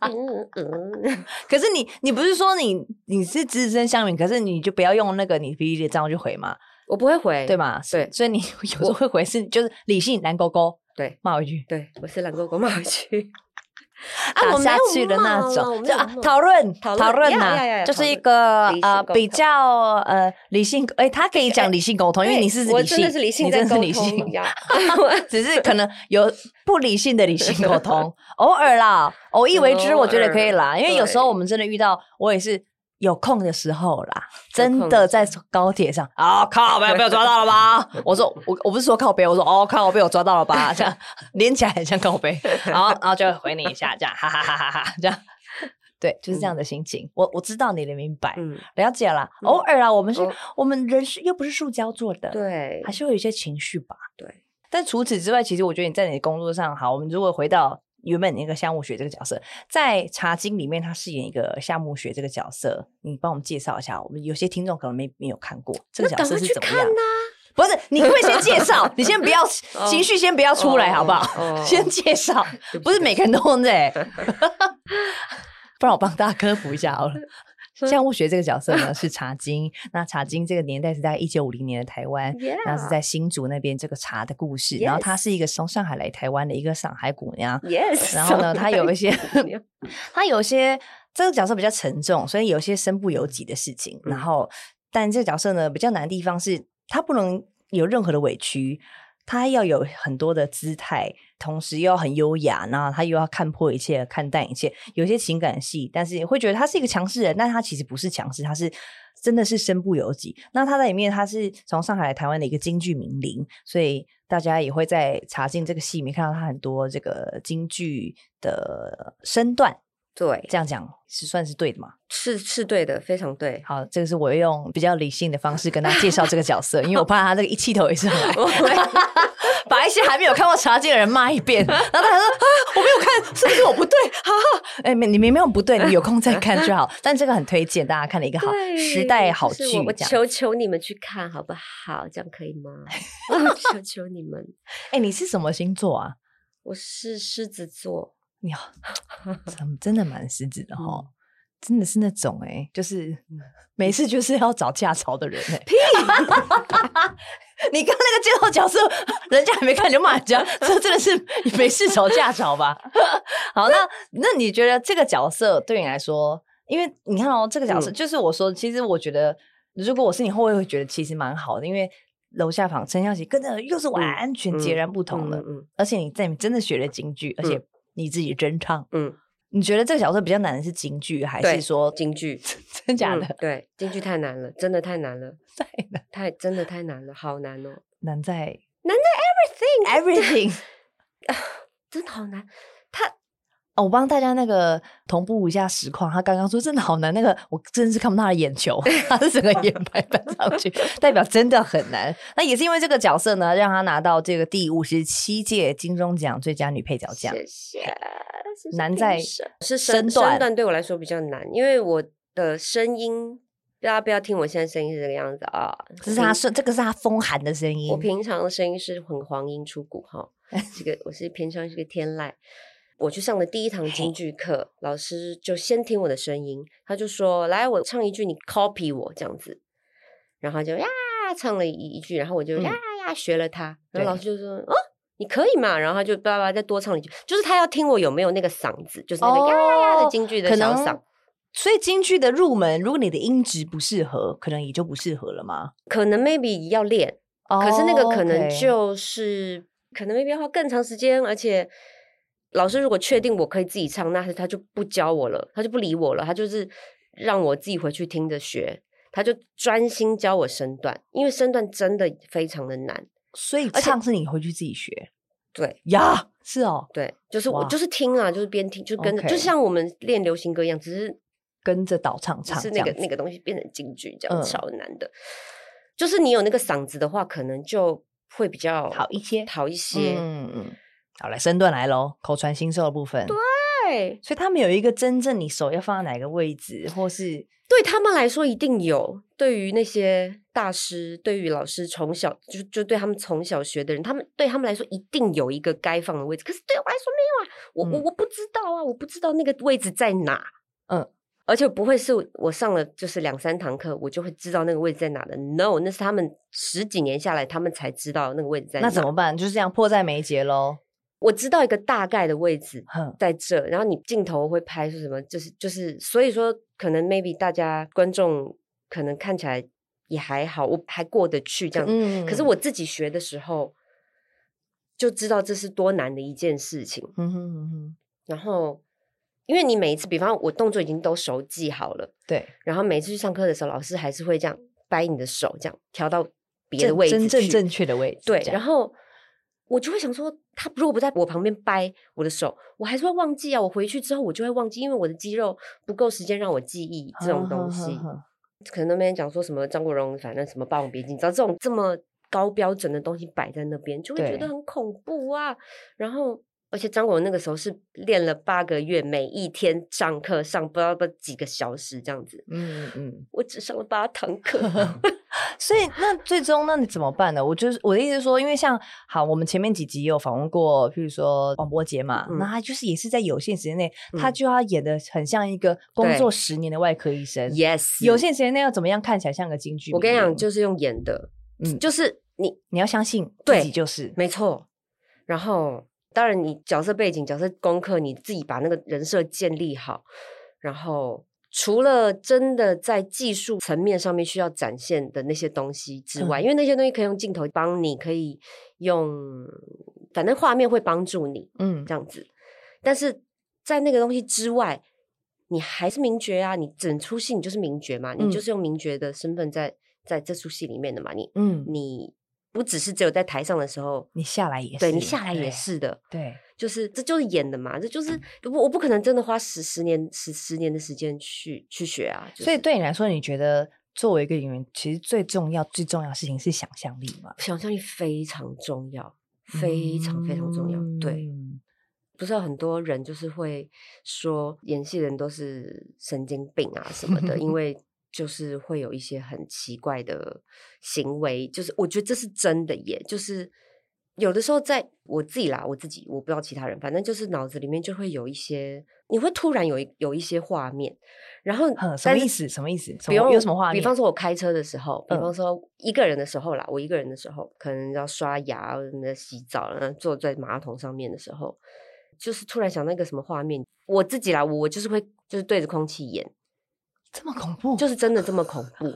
Speaker 3: 嗯嗯嗯，
Speaker 2: 可是你你不是说你你是资深乡民，可是你就不要用那个你 PPT 的账号去回嘛，
Speaker 3: 我不会回，
Speaker 2: 对吗？
Speaker 3: 对
Speaker 2: 所以你有时候会回是就是理性男勾勾
Speaker 3: 对
Speaker 2: 骂回去，
Speaker 3: 对，我是懒狗狗骂回去。
Speaker 2: 打
Speaker 3: 啊我没
Speaker 2: 下
Speaker 3: 有
Speaker 2: 去的那
Speaker 3: 骂啦我
Speaker 2: 种，
Speaker 3: 没
Speaker 2: 就
Speaker 3: 有
Speaker 2: 啊
Speaker 3: 骂
Speaker 2: 讨论
Speaker 3: 讨论
Speaker 2: 论
Speaker 3: 呀呀呀
Speaker 2: 呐，
Speaker 3: 呀
Speaker 2: 就是
Speaker 3: 讨
Speaker 2: 一
Speaker 3: 论
Speaker 2: 个
Speaker 3: 理性
Speaker 2: 呃
Speaker 3: 沟通
Speaker 2: 比较呃理性，哎，他可以讲理性沟哦通，因为
Speaker 3: 对
Speaker 2: 你是
Speaker 3: 我
Speaker 2: 理
Speaker 3: 真的
Speaker 2: 性，
Speaker 3: 是理性
Speaker 2: 你
Speaker 3: 在
Speaker 2: 真的
Speaker 3: 沟
Speaker 2: 是理
Speaker 3: 通
Speaker 2: 性，
Speaker 3: 呀。
Speaker 2: 只是可能有不理性的理性沟 通，偶尔啦，偶一为之，
Speaker 3: 偶
Speaker 2: 我觉得可以啦。
Speaker 3: 尔
Speaker 2: 因为有时候
Speaker 3: 对
Speaker 2: 我们真的遇到，我也是有空的时候啦，
Speaker 3: 有
Speaker 2: 真
Speaker 3: 空
Speaker 2: 的
Speaker 3: 的
Speaker 2: 在高铁上啊，靠北被我抓到了吧？ 我说我我不是说靠北，我说哦靠被我抓到了吧？这样连起来很像靠 北，然后然后就回你一下，这样哈哈哈哈哈，这样。对，就是这样的心情。我我知道你的明白，
Speaker 3: 嗯，
Speaker 2: 了解了。
Speaker 3: 嗯
Speaker 2: 偶尔啊，我们是
Speaker 3: 偶，
Speaker 2: 我们人是又不是塑胶做的，
Speaker 3: 对
Speaker 2: 还，是会有一些情绪吧。
Speaker 3: 对，
Speaker 2: 但除此之外，其实我觉得你在你的工作上，好，我们如果回到原本那个夏目雪这个角色，在《茶经》里面，他饰演一个夏目雪这个角色，你帮我们介绍一下。我们有些听众可能没没有看过这个角
Speaker 3: 赶
Speaker 2: 色
Speaker 3: 快
Speaker 2: 是
Speaker 3: 去
Speaker 2: 怎么
Speaker 3: 看
Speaker 2: 样。
Speaker 3: 呐！
Speaker 2: 不是，你可不可以先介绍？你先不 要情绪，先不要出来，好不好？
Speaker 3: 哦？哦
Speaker 2: 先介绍，不是每个人 都能的、欸，不然我帮大家科普一下好 了。夏目雪这个角色呢是茶经，那茶经这个年代是在一九五零年的台湾，然后是在新竹那边这个茶的故事。然后她是一个从上海来台湾的一个上海姑娘，
Speaker 3: yes，
Speaker 2: 然后呢，她有一 些
Speaker 3: 娘，
Speaker 2: 她有一些这个角色比较沉重，所以有一些身不由己的事情。然后，但这个角色呢比较难的地方是，她不能有任何的委屈。她要有很多的姿态，同时又要很优雅，然后她又要看破一切、看淡一切。有些情感戏，但是会觉得她是一个强势人，但她其实不是强势，她是真的是身不由己。那他在里面，他是从上海来台湾的一个京剧名伶，所以大家也会在查进这个戏里面看到他很多这个京剧的身段。
Speaker 3: 对，
Speaker 2: 这样讲是算是对的嘛？
Speaker 3: 是是对的，非常对。
Speaker 2: 好，这个是我用比较理性的方式跟他介绍这个角 色，因为我怕他这个一气头一上来， 把一些还没有看过《茶经》的人骂一 遍，然后他还说啊，我没有看，是不是我不对？ 哈哈，哎，没你没有不对，你有空再看就好。但这个很推荐大家看的一个好
Speaker 3: 对
Speaker 2: 时代好
Speaker 3: 就
Speaker 2: 剧
Speaker 3: 是我，我
Speaker 2: 这样。
Speaker 3: 求求你们去看好不好？这样可以吗？我求求你们，
Speaker 2: 哎，你是什么星座啊？
Speaker 3: 我是狮子座，
Speaker 2: 你好，真真的蛮狮子的
Speaker 3: 嗯
Speaker 2: 哦。真的是那种哎、就是每次就是要找架吵的人哎、屁！你刚那个介绍角色，人家还没看你就骂人家，这真的是没事找架吵吧？好，那那你觉得这个角色对你来说，因为你看哦，这个角色、
Speaker 3: 嗯
Speaker 2: 就是我说，其实我觉得，如果我是你后卫，会觉得其实蛮好的，因为楼下房陈孝琪跟着又是完全截然不同的，
Speaker 3: 嗯嗯
Speaker 2: 而且你在你真的学了京剧，而且你自己真唱，
Speaker 3: 嗯，
Speaker 2: 你觉得这个角色比较难的是京剧，还
Speaker 3: 对
Speaker 2: 是说
Speaker 3: 京剧
Speaker 2: 真假
Speaker 3: 嗯
Speaker 2: 的？
Speaker 3: 对，京剧太难了，真的太难了，
Speaker 2: 在难
Speaker 3: 太真的太难了，好难哦
Speaker 2: 难在
Speaker 3: 难
Speaker 2: 在 everything everything
Speaker 3: 真的好难。
Speaker 2: 哦，我帮大家那个同步一下实况。他刚刚说真的好难，那个我真是看不到他的眼球， 他是整个 眼白搬上去，代表真的很难。那也是因为这个角色呢，让他拿到这个第五十七届金钟奖最佳女配角奖。
Speaker 3: 谢谢，谢谢
Speaker 2: 难
Speaker 3: 评
Speaker 2: 在
Speaker 3: 审是
Speaker 2: 身
Speaker 3: 身
Speaker 2: 段
Speaker 3: 身段对我来说比较难，因为我的声音，大家不要听我现在声音是这个样子啊，
Speaker 2: 这是他
Speaker 3: 平
Speaker 2: 声，这个是他风寒的声音
Speaker 3: 我。平常的声音是很黄莺出谷哈，这个我是平常是个天籁。我去上的第一堂京剧课，老师就先听我的声音，他就说：“来，我唱一句，你 copy 我这样子。”然后他就呀唱了一一句，然后我就
Speaker 2: 嗯
Speaker 3: 呀呀学了他。然
Speaker 2: 对
Speaker 3: 后老师就说：“哦，你可以嘛？”然后他就叭叭再多唱一句，就是他要听我有没有那个嗓子，就是那个呀呀呀的京剧的
Speaker 2: 哦可
Speaker 3: 小
Speaker 2: 能
Speaker 3: 嗓。
Speaker 2: 所以京剧的入门，如果你的音质不适合，可能也就不适合了吗？
Speaker 3: 可能 maybe 要练，可是那个可能
Speaker 2: 哦 OK
Speaker 3: 就是、可能 maybe 要花更长时间，而且老师如果确定我可以自己唱，那他就不教我了，他就不理我了，他就是让我自己回去听着学，他就专心教我身段，因为身段真的非常的难。
Speaker 2: 所以
Speaker 3: 而且
Speaker 2: 唱是你回去自己学
Speaker 3: 对
Speaker 2: 呀？是哦，
Speaker 3: 对，就是我
Speaker 2: 哇
Speaker 3: 就是听啊，就是边听就跟着
Speaker 2: OK
Speaker 3: 就像我们练流行歌一样，只是
Speaker 2: 跟着导唱
Speaker 3: 只
Speaker 2: 唱
Speaker 3: 是
Speaker 2: 这
Speaker 3: 那
Speaker 2: 样
Speaker 3: 个
Speaker 2: 子
Speaker 3: 那个东西变成京剧这
Speaker 2: 嗯
Speaker 3: 样超难的。就是你有那个嗓子的话，可能就会比较
Speaker 2: 好一些
Speaker 3: 好一些。
Speaker 2: 嗯嗯，好来身段来喽，口传心授的部分。对，
Speaker 3: 对，啊
Speaker 2: 所以他们有一个真正你手要放在哪个位置，或是
Speaker 3: 对他们来说一定有。对于那些大师，对于老师从小就就对他们从小学的人，他们对他们来说一定有一个该放的位置。可是对我来说没有啊，我我我不知道啊，我不知道那个位置在哪。
Speaker 2: 嗯，
Speaker 3: 而且不会是我上了就是两三堂课，我就会知道那个位置在哪的。No，那是他们十几年下来，他们才知道那个位置在哪。
Speaker 2: 那怎么？办？就是这样迫在眉睫喽。
Speaker 3: 我知道一个大概的位置，
Speaker 2: 哼，
Speaker 3: 在这，然后你镜头会拍出什么？就是就是，所以说可能 maybe 大家观众可能看起来也还好，我还过得去这样子。
Speaker 2: 嗯
Speaker 3: 可是，我自己学的时候就知道这是多难的一件事情。
Speaker 2: 嗯哼嗯哼，
Speaker 3: 然后，因为你每一次，比方我动作已经都熟记好了，
Speaker 2: 对，
Speaker 3: 然后每次去上课的时候，老师还是会这样掰你的手，这样调到别的位置
Speaker 2: 真正
Speaker 3: 去
Speaker 2: 正确的位置。
Speaker 3: 对，
Speaker 2: 这样
Speaker 3: 然后我就会想说，他如果不在我旁边掰我的手，我还是会忘记啊。我回去之后我就会忘记，因为我的肌肉不够时间让我记忆这种
Speaker 2: 啊
Speaker 3: 东西。
Speaker 2: 哼哼哼
Speaker 3: 可能那边讲说什么张国荣，反正什么《霸王别姬》，你知道这种这么高标准的东西摆在那边，就会觉
Speaker 2: 对
Speaker 3: 得很恐怖啊。然后。而且张国荣那个时候是练了八个月，每一天上课上不知道不知道几个小时这样子。
Speaker 2: 嗯嗯嗯。
Speaker 3: 我只上了八堂课，
Speaker 2: 所以那最终那你怎么办呢？我就是我的意思是说，因为像好，我们前面几集也有访问过，譬如说王伯杰嘛，
Speaker 3: 嗯
Speaker 2: 那他就是也是在有限时间内，
Speaker 3: 嗯
Speaker 2: 他就要演的很像一个工作十年的外科医生。
Speaker 3: yes，
Speaker 2: 有限时间内要怎么样看起来像个京剧？
Speaker 3: 我跟你讲，就是用演的，
Speaker 2: 嗯
Speaker 3: 就是你
Speaker 2: 你要相信
Speaker 3: 对
Speaker 2: 自己就是
Speaker 3: 没错。然后，当然你角色背景、角色功课，你自己把那个人设建立好。然后，除了真的在技术层面上面需要展现的那些东西之外，因为那些东西可以用镜头帮你，可以用，反正画面会帮助你
Speaker 2: 嗯
Speaker 3: 这样子。但是在那个东西之外，你还是名角啊，你整出戏你就是名角嘛，
Speaker 2: 嗯
Speaker 3: 你就是用名角的身份在在这出戏里面的嘛，你
Speaker 2: 嗯，
Speaker 3: 你不只是只有在台上的时候，
Speaker 2: 你下来也是，
Speaker 3: 对你下来也，是的，
Speaker 2: 对，
Speaker 3: 就是这就是演的嘛，这就是我我不可能真的花十十年十十年的时间去去学啊，就
Speaker 2: 所以
Speaker 3: 是
Speaker 2: 对你来说，你觉得作为一个演员，其实最重要、最重要的事情是想象力嘛？
Speaker 3: 想象力非常重要，非常非常重要，对。
Speaker 2: 嗯，
Speaker 3: 不是有很多人就是会说演戏的人都是神经病啊什么的， 因为就是会有一些很奇怪的行为，就是我觉得这是真的耶，就是有的时候在我自己啦，我自己我不知道其他人，反正就是脑子里面就会有一些，你会突然有一有一些画面，然后
Speaker 2: 哼什么
Speaker 3: 但
Speaker 2: 意
Speaker 3: 是
Speaker 2: 思？什么意思？什
Speaker 3: 比
Speaker 2: 么
Speaker 3: 如
Speaker 2: 有什么画面？
Speaker 3: 比方说，我开车的时候，比
Speaker 2: 嗯
Speaker 3: 方说一个人的时候啦，我一个人的时候，可能要刷牙、啊洗澡，然后坐在马桶上面的时候，就是突然想到一个什么画面，我自己啦，我我就是会就是对着空气演，
Speaker 2: 这么恐怖，
Speaker 3: 就是真的这么恐 怖。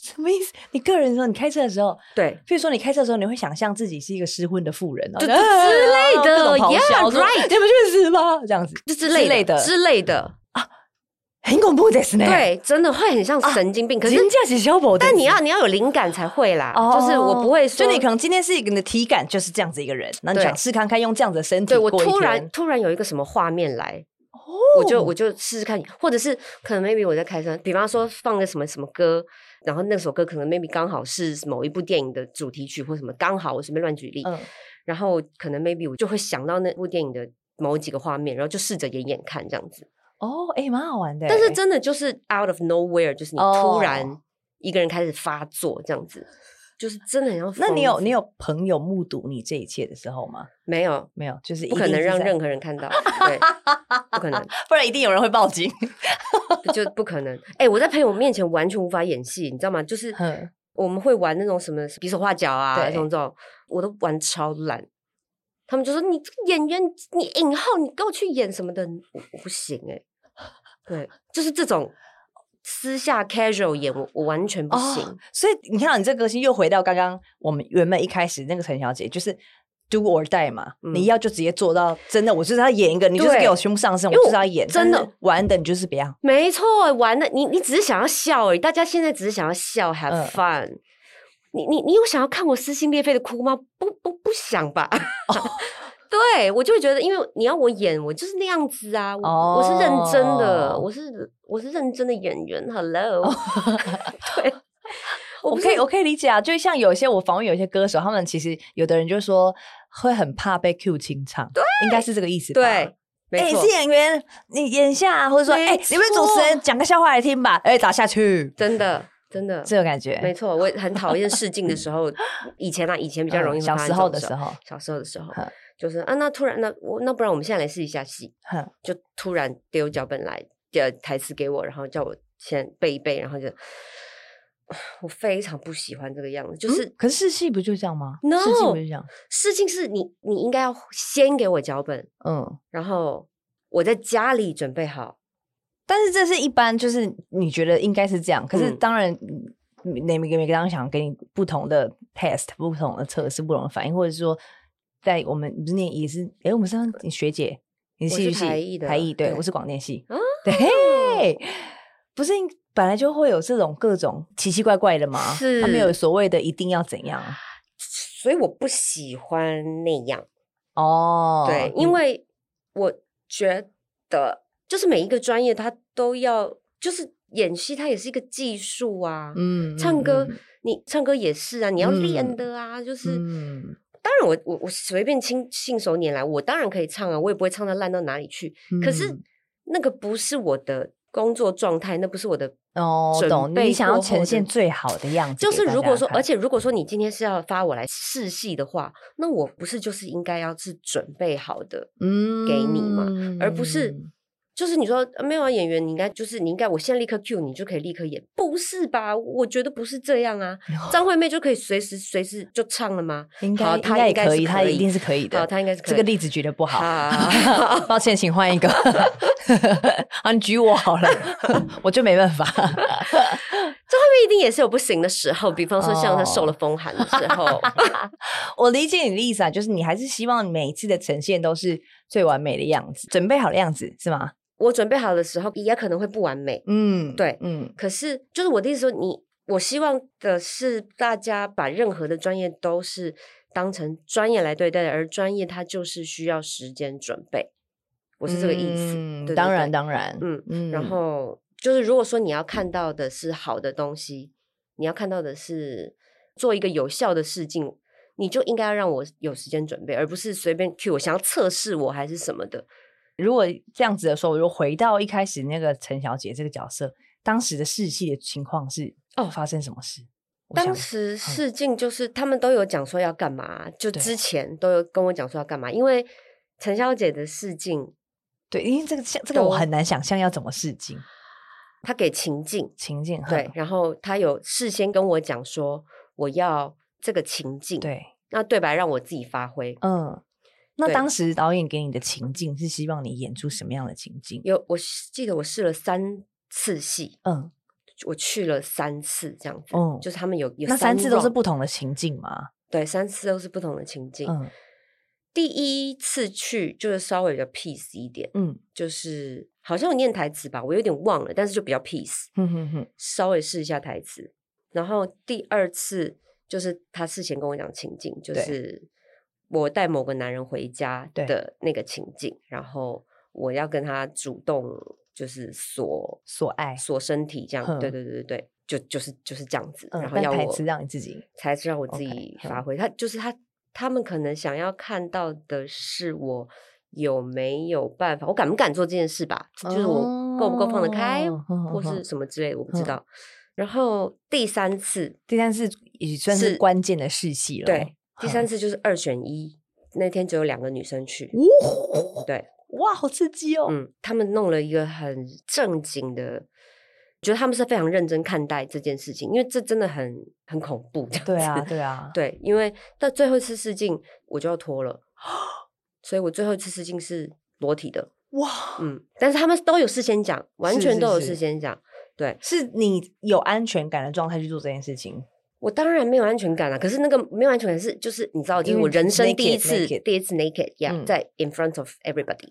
Speaker 2: 什么意思？你个人的时候，你开车的时候，
Speaker 3: 对，
Speaker 2: 比如说你开车的时候，你会想象自己是一个失婚的妇人，哦
Speaker 3: 对
Speaker 2: 然后
Speaker 3: 对之类的
Speaker 2: 各种咆哮
Speaker 3: yeah，
Speaker 2: 说
Speaker 3: right
Speaker 2: 你们去死吧，这样子，
Speaker 3: 就之类的
Speaker 2: 的，
Speaker 3: 之类的，
Speaker 2: 很恐怖的是呢。，
Speaker 3: 对，真的会很像神经病。可是，
Speaker 2: 人家啊是小宝，哦
Speaker 3: 但你要你要有灵感才会啦，就是我不会说
Speaker 2: 就你可能今天是一个你的体感就是这样子一个人，那你
Speaker 3: 对
Speaker 2: 想试看看用这样子的身体
Speaker 3: 对我
Speaker 2: 过一
Speaker 3: 突然
Speaker 2: 天哦
Speaker 3: 突然有一个什么画面来，我就我就试试看，或者是可能 maybe 我在开车，比方说放个什么什么歌，然后那首歌可能 maybe 刚好是某一部电影的主题曲或什么，刚好我随便乱举例，
Speaker 2: 嗯
Speaker 3: 然后可能 maybe 我就会想到那部电影的某几个画面，然后就试着演演看这样子。
Speaker 2: 哦，哎，蛮好玩的欸。
Speaker 3: 但是真的就是 out of nowhere，就是你突然
Speaker 2: 哦
Speaker 3: 一个人开始发作这样子，就是真的很像疯子。
Speaker 2: 那你有你有朋友目睹你这一切的时候吗？
Speaker 3: 没有？
Speaker 2: 没有，就是
Speaker 3: 不可能让任何人看到， 对，不可能。
Speaker 2: 何，不然一定有人会报警。
Speaker 3: 就不可能。哎、我在朋友面前完全无法演戏，你知道吗？就是
Speaker 2: 哼
Speaker 3: 我们会玩那种什么比手画脚啊，
Speaker 2: 对
Speaker 3: 这种这种，我都玩超烂。他们就说你这个演员，你影后，你给我去演什么的，我我不行哎、对，就是这种私下 casual 演，我我完全不行。
Speaker 2: 哦，所以你看到你这个个性又回到刚刚我们原本一开始那个陈小姐，就是 do or die 嘛，
Speaker 3: 嗯
Speaker 2: 你要就直接做到真的，我就是要演一个，你就是
Speaker 3: 对
Speaker 2: 给我胸部上身，我
Speaker 3: 因为
Speaker 2: 就是
Speaker 3: 我
Speaker 2: 要演，
Speaker 3: 真的
Speaker 2: 但是玩的你就是别样。
Speaker 3: 没错，玩的你你只是想要笑而已，大家现在只是想要笑
Speaker 2: 嗯
Speaker 3: have fun。你你你有想要看我撕心裂肺的哭吗？不不不想吧。
Speaker 2: 哦
Speaker 3: 对，我就会觉得，因为你要我演，我就是那样子啊，我、我是认真的，
Speaker 2: 哦
Speaker 3: 我是我是认真的演员。Hello，、对，我
Speaker 2: 我
Speaker 3: 不
Speaker 2: 可以，
Speaker 3: 是
Speaker 2: 我可以理解啊。就像有一些我访问有一些歌手，他们其实有的人就说会很怕被 Q 清唱，对，应该是这个意思吧。
Speaker 3: 对，
Speaker 2: 哎、
Speaker 3: 没错，
Speaker 2: 是演员，你演一下、啊，或者说，
Speaker 3: 没
Speaker 2: 哎、你们主持人
Speaker 3: 错
Speaker 2: 讲个笑话来听吧，哎、打下去，
Speaker 3: 真的真的，
Speaker 2: 这个感觉，
Speaker 3: 没错，我很讨厌试镜的时候， 以前啊，以前比较容易、
Speaker 2: 嗯小时候嗯的时。候，
Speaker 3: 啊小时候的时候
Speaker 2: 哼，
Speaker 3: 就是啊，那突然那我那不然我们现在来试一下戏，
Speaker 2: 哼，
Speaker 3: 就突然丢脚本来呃台词给我，然后叫我先背一背，然后就我非常不喜欢这个样子，就是。
Speaker 2: 嗯可是试戏不就这样吗
Speaker 3: No
Speaker 2: 试戏不就这样？
Speaker 3: 事情是你，你应该要先给我脚本，
Speaker 2: 嗯，
Speaker 3: 然后我在家里准备好。
Speaker 2: 但是这是一般，就是你觉得应该是这样，可是
Speaker 3: 嗯
Speaker 2: 当然。嗯每每个每个当想给你不同的 test、不同的测试、不同的反应，或者是说，在我们不是念也是，哎、我们上你学姐，你是
Speaker 3: 我
Speaker 2: 戏
Speaker 3: 是
Speaker 2: 剧系
Speaker 3: 台艺的
Speaker 2: 台艺对
Speaker 3: 对
Speaker 2: 我是广电系，
Speaker 3: 哦
Speaker 2: 对，不是应本来就会有这种各种奇奇怪怪的吗？
Speaker 3: 是
Speaker 2: 他们有所谓的一定要怎样
Speaker 3: 所以我不喜欢那样，
Speaker 2: 哦？
Speaker 3: 对，
Speaker 2: 你
Speaker 3: 因为我觉得就是每一个专业它都要，就是演戏它也是一个技术啊，
Speaker 2: 嗯
Speaker 3: 唱歌
Speaker 2: 嗯，
Speaker 3: 你唱歌也是啊，你要
Speaker 2: 嗯
Speaker 3: 练的啊，就是。
Speaker 2: 嗯
Speaker 3: 当然我，我我随便亲信手拈来，我当然可以唱啊，我也不会唱到烂到哪里去。可是
Speaker 2: 嗯
Speaker 3: 那个不是我的工作状态，那不是我的
Speaker 2: 哦，
Speaker 3: 准
Speaker 2: 懂，
Speaker 3: 备
Speaker 2: 你想要
Speaker 3: 过后
Speaker 2: 呈
Speaker 3: 的
Speaker 2: 现最好的样子
Speaker 3: 就
Speaker 2: 给大家看，
Speaker 3: 是如果说，而且如果说你今天是要发我来试戏的话，那我不是就是应该要是准备好的，
Speaker 2: 嗯
Speaker 3: 给你嘛而不是就是你说呃没有啊，演员，你应该就是你应该，我现在立刻 cue 你就可以立刻演，不是吧？我觉得不是这样啊。
Speaker 2: 哦
Speaker 3: 张惠妹就可以随时随时就唱了吗？
Speaker 2: 应该
Speaker 3: 好
Speaker 2: 应
Speaker 3: 她
Speaker 2: 该也
Speaker 3: 应该
Speaker 2: 可
Speaker 3: 是
Speaker 2: 以，她
Speaker 3: 可
Speaker 2: 一定
Speaker 3: 以
Speaker 2: 是可以的。
Speaker 3: 好，她应该是可
Speaker 2: 这个
Speaker 3: 以
Speaker 2: 例子举的不好，
Speaker 3: 好
Speaker 2: 抱歉，请换一 个。啊，你举我好了， 我就没办法。
Speaker 3: 张惠妹一定也是有不行的 时候，比方说像她受了
Speaker 2: 哦
Speaker 3: 风寒的时候，
Speaker 2: 我理解你的意思啊，就是你还是希望每一次的呈现都是最完美的样子，准备好的样子是吗？
Speaker 3: 我准备好的时候也可能会不完美。
Speaker 2: 嗯，
Speaker 3: 对
Speaker 2: 嗯，
Speaker 3: 可是就是我的意思说，你我希望的是大家把任何的专业都是当成专业来对待的，而专业它就是需要时间准备，我是这个意思。
Speaker 2: 嗯
Speaker 3: 对对
Speaker 2: 当
Speaker 3: 对
Speaker 2: 然，当然，
Speaker 3: 嗯
Speaker 2: 嗯
Speaker 3: 然后就是，如果说你要看到的是好的东西，你要看到的是做一个有效的事情，你就应该要让我有时间准备，而不是随便 Q 我想要测试我还是什么的。
Speaker 2: 如果这样子的时候，我又回到一开始那个陈小姐这个角色，当时的世系的情况是
Speaker 3: 哦
Speaker 2: 发生什么事？我
Speaker 3: 当
Speaker 2: 想嗯
Speaker 3: 时试镜就是他们都有讲说要干嘛，就
Speaker 2: 对
Speaker 3: 之前都有跟我讲说要干嘛，因为陈小姐的试镜，
Speaker 2: 对，因为这个像这个我
Speaker 3: 都
Speaker 2: 很难想象要怎么试镜
Speaker 3: 她给情 境，
Speaker 2: 情境，哼
Speaker 3: 对，然后她有事先跟我讲说我要这个情境，，
Speaker 2: 对，
Speaker 3: 那对白让我自己发挥，
Speaker 2: 嗯。那
Speaker 3: 对
Speaker 2: 当时导演给你的情境是希望你演出什么样的情境？
Speaker 3: 有，我是记得我试了三次戏，
Speaker 2: 嗯，
Speaker 3: 我去了三次这样子，
Speaker 2: 哦
Speaker 3: 就是他们有有
Speaker 2: 那三次都是
Speaker 3: round
Speaker 2: 不同的情境吗？
Speaker 3: 对，三次都是不同的情境。
Speaker 2: 嗯
Speaker 3: 第一次去就是稍微比较 peace 一点，
Speaker 2: 嗯
Speaker 3: 就是好像有念台词吧，我有点忘了，但是就比较 peace，
Speaker 2: 哼哼哼，
Speaker 3: 稍微试一下台词。然后第二次就是他事前跟我讲情境，就
Speaker 2: 对
Speaker 3: 是我带某个男人回家
Speaker 2: 对
Speaker 3: 的那个情境，然后我要跟他主动就是锁
Speaker 2: 所爱，
Speaker 3: 锁身体这样，对
Speaker 2: 哼
Speaker 3: 对对对对，就就是就是这样子，
Speaker 2: 嗯
Speaker 3: 然后
Speaker 2: 但
Speaker 3: 要
Speaker 2: 台
Speaker 3: 我
Speaker 2: 词让你自己
Speaker 3: 才是让我自
Speaker 2: OK，
Speaker 3: 己
Speaker 2: 哼
Speaker 3: 发挥。他就是他，他们可能想要看到的是我有没有办法，我敢不敢做这件事吧？就是我够不够放得开，
Speaker 2: 哦哼哼
Speaker 3: 或是
Speaker 2: 哼
Speaker 3: 什么之类的，我不知
Speaker 2: 哼
Speaker 3: 道。然后第三次，
Speaker 2: 第三次也算是
Speaker 3: 是
Speaker 2: 关键的世系了。
Speaker 3: 对，第三
Speaker 2: 哼
Speaker 3: 次就是二选一，那天只有两个女生去，
Speaker 2: 呜
Speaker 3: 对，
Speaker 2: 哇，好刺激哦！
Speaker 3: 嗯，他们弄了一个很正经的，觉得他们是非常认真看待这件事情，因为这真的很很恐怖。这样
Speaker 2: 对啊，
Speaker 3: 子，
Speaker 2: 对啊，
Speaker 3: 对，因为到最后一次试镜我就要脱了，所以我最后一次试镜是裸体的，
Speaker 2: 哇，
Speaker 3: 嗯，但是他们都有事先讲，完
Speaker 2: 是
Speaker 3: 全
Speaker 2: 是
Speaker 3: 都有
Speaker 2: 是
Speaker 3: 事先讲。对
Speaker 2: 是你有安全感的状态去做这件事情。
Speaker 3: 我当然没有安全感了、可是那个没有安全感是就是你知道，就
Speaker 2: 因
Speaker 3: 是
Speaker 2: 为
Speaker 3: 我人生第一
Speaker 2: naked-
Speaker 3: 次
Speaker 2: naked
Speaker 3: 第一次 naked，yeah，、
Speaker 2: 嗯
Speaker 3: 在 in front of everybody，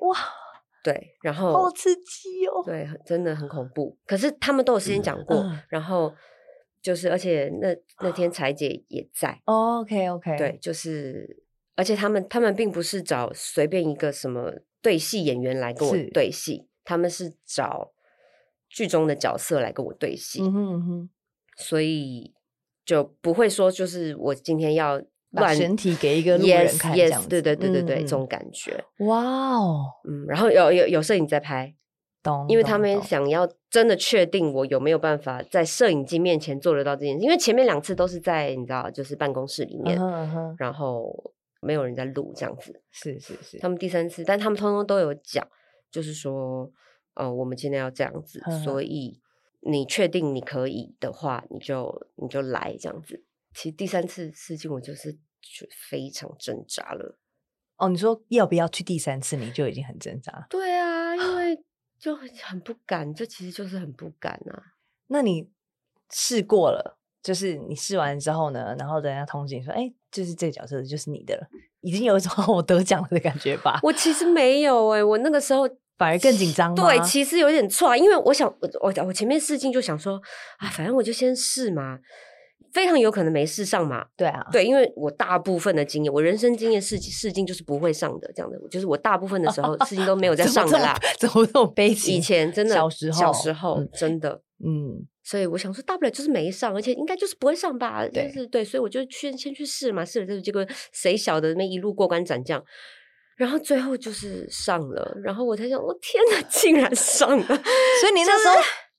Speaker 2: 哇，
Speaker 3: 对，然后
Speaker 2: 好刺激哦！
Speaker 3: 对，很真的很恐怖。可是他们都有事先讲过，
Speaker 2: 嗯
Speaker 3: 然后就是，而且那那天彩姐也在，
Speaker 2: OK，OK，
Speaker 3: 对，就是，而且他们他们并不是找随便一个什么对戏演员来跟我
Speaker 2: 是
Speaker 3: 对戏，他们是找剧中的角色来跟我对戏，
Speaker 2: 嗯哼嗯哼，
Speaker 3: 所以就不会说就是我今天要
Speaker 2: 把
Speaker 3: 乱
Speaker 2: 身体给一个路
Speaker 3: yes
Speaker 2: 人看这样
Speaker 3: yes，
Speaker 2: 子，
Speaker 3: 对对对对对，
Speaker 2: 嗯
Speaker 3: 这种感觉，
Speaker 2: 哇哦，
Speaker 3: 嗯，然后有有有摄影在拍，
Speaker 2: 懂，
Speaker 3: 因为
Speaker 2: 哦懂
Speaker 3: 他们
Speaker 2: 懂
Speaker 3: 想要真的确定我有没有办法在摄影机面前做得到这件事，因为前面两次都是在你知道，就是办公室里
Speaker 2: 嗯
Speaker 3: 面，
Speaker 2: 哼嗯哼，
Speaker 3: 然后没有人在录这样子。
Speaker 2: 是是是
Speaker 3: 他，们第三次，但他们通通都有讲，就是说，呃，我们今天要这样子，
Speaker 2: 嗯
Speaker 3: 所以你确定你可以的话，你就你就来这样子。其实第三次试镜，我就是就非常挣扎了。
Speaker 2: 哦，你说要不要去第三次，你就已经很挣扎。
Speaker 3: 对啊，因为 就很很不敢，这其实就是很不敢啊。
Speaker 2: 那你试过了，就是你试完之后呢，然后人家通知你说，哎、就是这个角色就是你的了，已经有一种 我得奖了的感觉吧？
Speaker 3: 我其实没有哎、我那个时候
Speaker 2: 反而更紧张吗
Speaker 3: 对，其实有点错，啊因为我想我我我前面试镜就想说啊，反正我就先试嘛，非常有可能没试上嘛。
Speaker 2: 对啊，
Speaker 3: 对，因为我大部分的经验，我人生经验试镜试镜就是不会上的，这样的，就是我大部分的时候试镜都没有在
Speaker 2: 怎么
Speaker 3: 上
Speaker 2: 这
Speaker 3: 的
Speaker 2: 么
Speaker 3: 啦。
Speaker 2: 怎么这么悲情？
Speaker 3: 以前真的
Speaker 2: 小时候
Speaker 3: 小时候、
Speaker 2: 嗯
Speaker 3: 真的，
Speaker 2: 嗯，
Speaker 3: 所以我想说，大不了就是没上，而且应该就是不会上吧，就
Speaker 2: 对
Speaker 3: 是对，所以我就去先去试嘛，试了之后，结果谁晓得那一路过关斩将，然后最后就是上了，然后我才想，我、天哪，竟然上了，
Speaker 2: 所以你那时候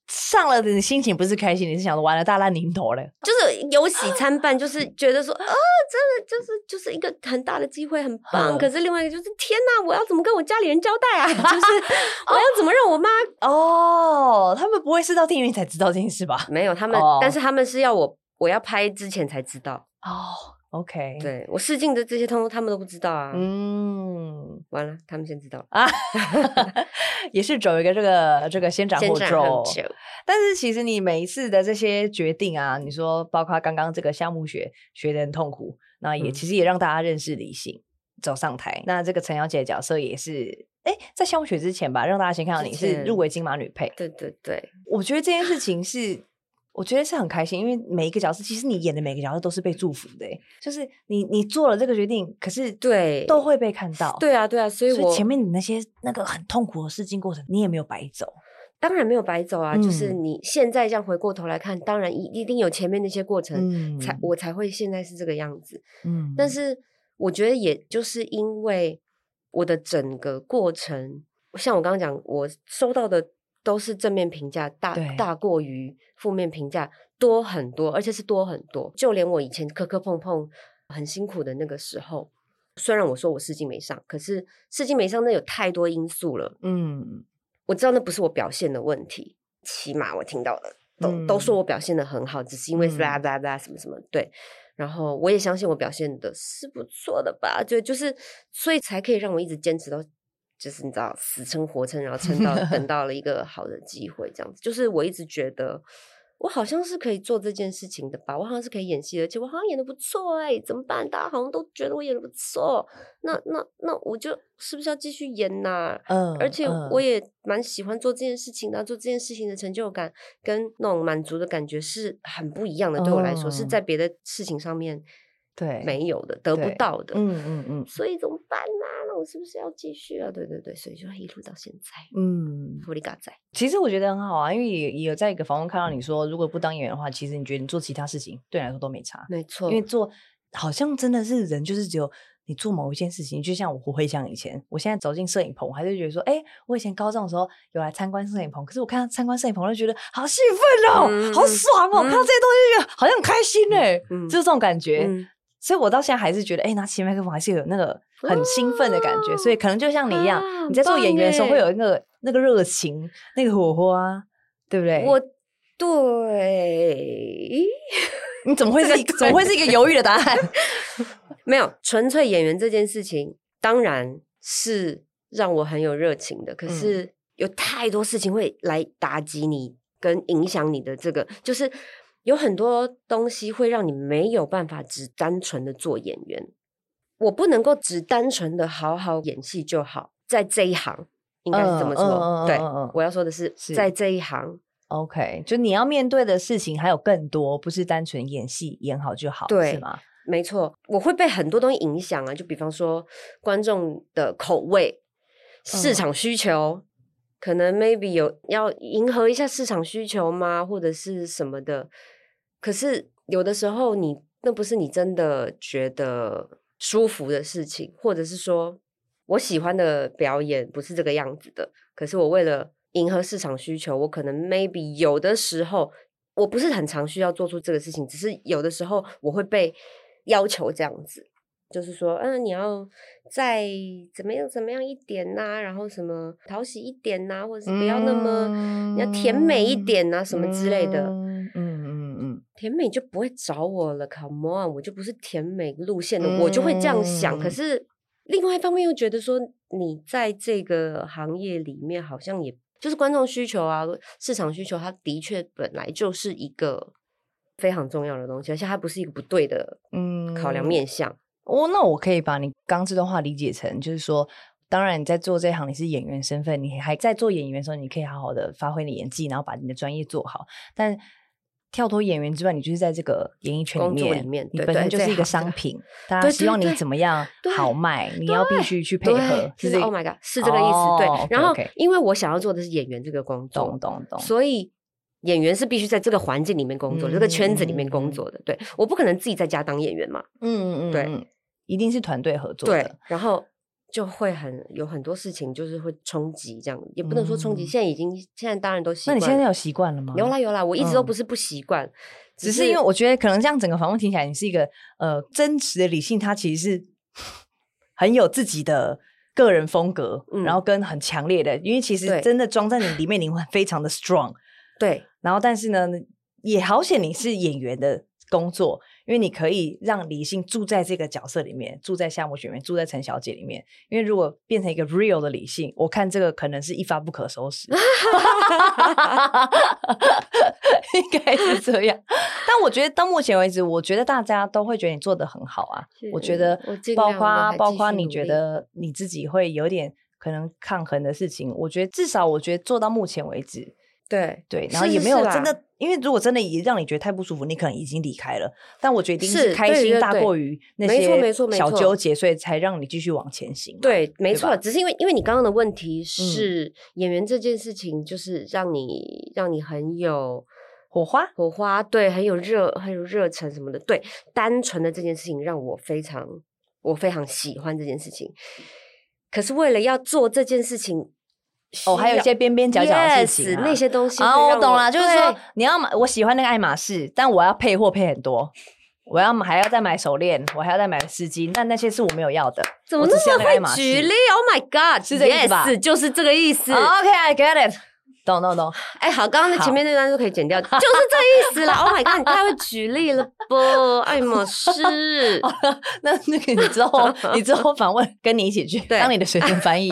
Speaker 2: 上了，你心情不是开心，你是想着完了大难临头了。
Speaker 3: 就是有喜参半，就是觉得说，啊，真的就是就是一个很大的机会，很棒。
Speaker 2: 嗯
Speaker 3: 可是另外一个就是，天哪，我要怎么跟我家里人交代啊？就是 我要怎么让我妈
Speaker 2: 哦，他们不会是到电影院才知道这件事吧？
Speaker 3: 没有他们
Speaker 2: 哦，
Speaker 3: 但是他们是要我我要拍之前才知道，
Speaker 2: 哦，OK，，
Speaker 3: 对我试镜的这些通通他们都不知道啊。
Speaker 2: 嗯。
Speaker 3: 完了，他们先知道了。
Speaker 2: 啊，也是走一个这个这个先斩后
Speaker 3: 先斩后
Speaker 2: 奏。
Speaker 3: 奏，
Speaker 2: 但是其实你每一次的这些决定啊，你说包括刚刚这个项目学学的很痛苦，那也、
Speaker 3: 嗯
Speaker 2: 其实也让大家认识理性，走上台。那这个陈小姐的角色也是哎，在香雪之前吧，让大家先看到
Speaker 3: 之
Speaker 2: 你是入
Speaker 3: 前
Speaker 2: 围金马女配。
Speaker 3: 对对对，
Speaker 2: 我觉得这件事情是，我觉得是很开心，因为每一个角色，其实你演的每个角色都是被祝福的、欸，就是你你做了这个决定，可是
Speaker 3: 对
Speaker 2: 都会被看到，
Speaker 3: 对啊对啊，所以
Speaker 2: 所
Speaker 3: 我
Speaker 2: 以前面你那些那个很痛苦的试镜过程，你也没有白走，
Speaker 3: 当然没有白走啊，就是
Speaker 2: 嗯
Speaker 3: 你现在这样回过头来看，当然一一定有前面那些过程，
Speaker 2: 嗯，
Speaker 3: 才我才会现在是这个样子。
Speaker 2: 嗯
Speaker 3: 但是我觉得也就是因为我的整个过程，像我刚刚讲，我收到的都是正面评价，大
Speaker 2: 对
Speaker 3: 大过于负面评价多很多，而且是多很多。就连我以前磕磕碰碰很辛苦的那个时候。虽然我说我试镜没上，可是试镜没上那有太多因素了，
Speaker 2: 嗯
Speaker 3: 我知道那不是我表现的问题，起码我听到的都、都说我表现的很好，只是因为
Speaker 2: 嗯
Speaker 3: blah blah blah 什么什么对。然后我也相信我表现的是不错的吧，就就是所以才可以让我一直坚持到，就是你知道死撑活撑，然后撑到等到了一个好的机会，这样子。就是我一直觉得我好像是可以做这件事情的吧，我好像是可以演戏的，而且我好像演的不错哎、怎么办？大家好像都觉得我演的不错，那那那我就是不是要继续演呐、
Speaker 2: 嗯
Speaker 3: 而且我也蛮喜欢做这件事情的啊，做这件事情的成就感跟那种满足的感觉是很不一样的。对我来说，是
Speaker 2: 嗯
Speaker 3: 在别的事情上面
Speaker 2: 对
Speaker 3: 没有的，得不
Speaker 2: 对
Speaker 3: 到的。
Speaker 2: 嗯嗯嗯
Speaker 3: 所以怎么办呢、那我是不是要继续啊？对对对，所以就一路到现在，
Speaker 2: 嗯，
Speaker 3: 福利嘎仔。
Speaker 2: 其实我觉得很好啊，因为也也有在一个访问看到你说，如果不当演员的话，其实你觉得你做其他事情对你来说都没差，
Speaker 3: 没错，
Speaker 2: 因为做好像真的是人，就是只有你做某一件事情，就像我回想以前，我现在走进摄影棚，我还是觉得说，哎、我以前高中的时候有来参观摄影棚，可是我看到参观摄影棚，我就觉得好兴奋哦，
Speaker 3: 嗯
Speaker 2: 好爽哦，
Speaker 3: 嗯
Speaker 2: 看到这些东西就觉得好像很开心哎、
Speaker 3: 嗯
Speaker 2: 就是这种感觉。
Speaker 3: 嗯
Speaker 2: 所以我到现在还是觉得，哎、拿起麦克风还是有那个很兴奋的感觉。
Speaker 3: 哦
Speaker 2: 所以可能就像你一样，
Speaker 3: 啊
Speaker 2: 你在做
Speaker 3: 很
Speaker 2: 演员的时候
Speaker 3: 棒
Speaker 2: 会
Speaker 3: 耶
Speaker 2: 有那个那个热情、那个火花，对不对？
Speaker 3: 我对
Speaker 2: 你怎么会是一个怎么会是一个犹豫的答案？
Speaker 3: 没有纯粹演员这件事情，当然是让我很有热情的。可
Speaker 2: 嗯
Speaker 3: 是有太多事情会来打击你，跟影响你的这个，就是有很多东西会让你没有办法只单纯的做演员。我不能够只单纯的好好演戏就好，在这一行应该是这么说。
Speaker 2: 嗯嗯嗯
Speaker 3: 对，
Speaker 2: 嗯嗯嗯
Speaker 3: 我要说的是，
Speaker 2: 是
Speaker 3: 在这一行，
Speaker 2: OK，就你要面对的事情还有更多，不是单纯演戏演好就好，
Speaker 3: 对
Speaker 2: 是吗？
Speaker 3: 没错，我会被很多东西影响啊，就比方说观众的口味、市
Speaker 2: 嗯
Speaker 3: 场需求，可能 maybe 有要迎合一下市场需求吗，或者是什么的。可是有的时候你那不是你真的觉得舒服的事情，或者是说我喜欢的表演不是这个样子的，可是我为了迎合市场需求，我可能 maybe 有的时候我不是很常需要做出这个事情，只是有的时候我会被要求这样子，就是说，嗯、你要再怎么样怎么样一点呐、然后什么讨喜一点呐、或者是不要那么、你要甜美一点呐、什么之类的。
Speaker 2: 嗯嗯嗯嗯
Speaker 3: 甜美就不会找我了，Come on，我就不是甜美路线的，我就会这样想。可
Speaker 2: 嗯
Speaker 3: 是另外一方面又觉得说，你在这个行业里面好像也就是观众需求啊、市场需求，它的确本来就是一个非常重要的东西，而且它不是一个不对的
Speaker 2: 嗯
Speaker 3: 考量。面向。
Speaker 2: 哦，那我可以把你刚这段话理解成，就是说，当然你在做这一行，你是演员身份，你还在做演员的时候，你可以好好的发挥你演技，然后把你的专业做好。但跳脱演员之外，你就是在这个演艺圈里
Speaker 3: 工作
Speaker 2: 面，
Speaker 3: 里面
Speaker 2: 你
Speaker 3: 对
Speaker 2: 本身
Speaker 3: 对
Speaker 2: 就
Speaker 3: 这
Speaker 2: 是一个
Speaker 3: 行
Speaker 2: 商
Speaker 3: 对
Speaker 2: 品，大家
Speaker 3: 对
Speaker 2: 希
Speaker 3: 对
Speaker 2: 望你
Speaker 3: 对
Speaker 2: 怎么样
Speaker 3: 对
Speaker 2: 好卖，你要必
Speaker 3: 对
Speaker 2: 须去配
Speaker 3: 对
Speaker 2: 合，
Speaker 3: 就是
Speaker 2: 这
Speaker 3: Oh
Speaker 2: 个
Speaker 3: my god，是这个意思。对
Speaker 2: 哦，
Speaker 3: 然后
Speaker 2: OK，OK
Speaker 3: 因为我想要做的是演员这个工作，
Speaker 2: 懂懂懂，
Speaker 3: 所以演员是必须在这个环境里面工作，这个圈子里
Speaker 2: 嗯
Speaker 3: 面
Speaker 2: 嗯嗯
Speaker 3: 工
Speaker 2: 嗯
Speaker 3: 作的。对，我不可能自己在家当演员嘛。
Speaker 2: 嗯嗯嗯，
Speaker 3: 对
Speaker 2: 嗯，一定是团队合作的，
Speaker 3: 对，然后就会很有很多事情就是会冲击，这样也不能说冲击。
Speaker 2: 嗯
Speaker 3: 现在已经现在当然都习
Speaker 2: 那
Speaker 3: 惯
Speaker 2: 你
Speaker 3: 了。
Speaker 2: 现在有习惯了吗？
Speaker 3: 有啦有啦，我一直都
Speaker 2: 嗯
Speaker 3: 不是不习惯，
Speaker 2: 只是因为我觉得可能这样整个访问听起来，你是一个呃真实的理性，他其实是很有自己的个人风格，
Speaker 3: 嗯
Speaker 2: 然后跟很强烈的，因为其实
Speaker 3: 对
Speaker 2: 真的装在你里面，你会非常的 strong，
Speaker 3: 对
Speaker 2: 然后但是呢，也好险你是演员的。工作，因为你可以让理性住在这个角色里面，住在夏目雪里面，住在陈小姐里面。因为如果变成一个 real 的理性，我看这个可能是一发不可收 拾。 应该是这样。但我觉得到目前为止，我觉得大家都会觉得你做的很好啊。我觉
Speaker 3: 是
Speaker 2: 得
Speaker 3: 我尽
Speaker 2: 包
Speaker 3: 量我
Speaker 2: 括
Speaker 3: 还
Speaker 2: 包
Speaker 3: 继
Speaker 2: 括
Speaker 3: 续
Speaker 2: 你
Speaker 3: 努
Speaker 2: 觉
Speaker 3: 力
Speaker 2: 得你自己会有点可能抗衡的事情，我觉得至少我觉得做到目前为止，
Speaker 3: 对
Speaker 2: 对，
Speaker 3: 是
Speaker 2: 然后也
Speaker 3: 是
Speaker 2: 没有
Speaker 3: 是啦
Speaker 2: 真的，因为如果真的也让你觉得太不舒服，你可能已经离开了。但我决定
Speaker 3: 是
Speaker 2: 是开
Speaker 3: 对
Speaker 2: 心
Speaker 3: 对
Speaker 2: 大
Speaker 3: 对
Speaker 2: 过于那
Speaker 3: 没错没
Speaker 2: 些
Speaker 3: 错没
Speaker 2: 小
Speaker 3: 错
Speaker 2: 纠结，所以才让你继续往前行嘛。
Speaker 3: 对，没
Speaker 2: 对
Speaker 3: 错，
Speaker 2: 吧嗯
Speaker 3: 只是因为因为你刚刚的问题是演员这件事情，就是让你让你很有
Speaker 2: 火花，
Speaker 3: 火花，对，很有热很有热忱什么的，对，单纯的这件事情让我非常我非常喜欢这件事情。可是为了要做这件事情，
Speaker 2: 哦，还有一些边边角角的事
Speaker 3: yes，
Speaker 2: 情、啊
Speaker 3: 那些东西
Speaker 2: 啊，
Speaker 3: 会
Speaker 2: 我
Speaker 3: 让
Speaker 2: 懂了，就是说
Speaker 3: 对
Speaker 2: 你要买，我喜欢那个爱马仕，但我要配货配很多，我要买还要再买手链，我还要再买丝巾，但那些是我没有要的。
Speaker 3: 怎么
Speaker 2: 我只是
Speaker 3: 那
Speaker 2: 要
Speaker 3: 么
Speaker 2: 那个爱马
Speaker 3: 会
Speaker 2: 仕
Speaker 3: 举例？Oh my god，
Speaker 2: 是这个意思吧啊
Speaker 3: yes，就是这个意思。
Speaker 2: OK，I、get it，懂 懂懂。
Speaker 3: 哎、好，刚刚的前面那段都可以剪掉，就是这意思啦。oh my god，你太会举例 了不？爱马仕，
Speaker 2: 哦那那个你之 后，你之后访问跟你一起去
Speaker 3: 对
Speaker 2: 当你的随身翻 译。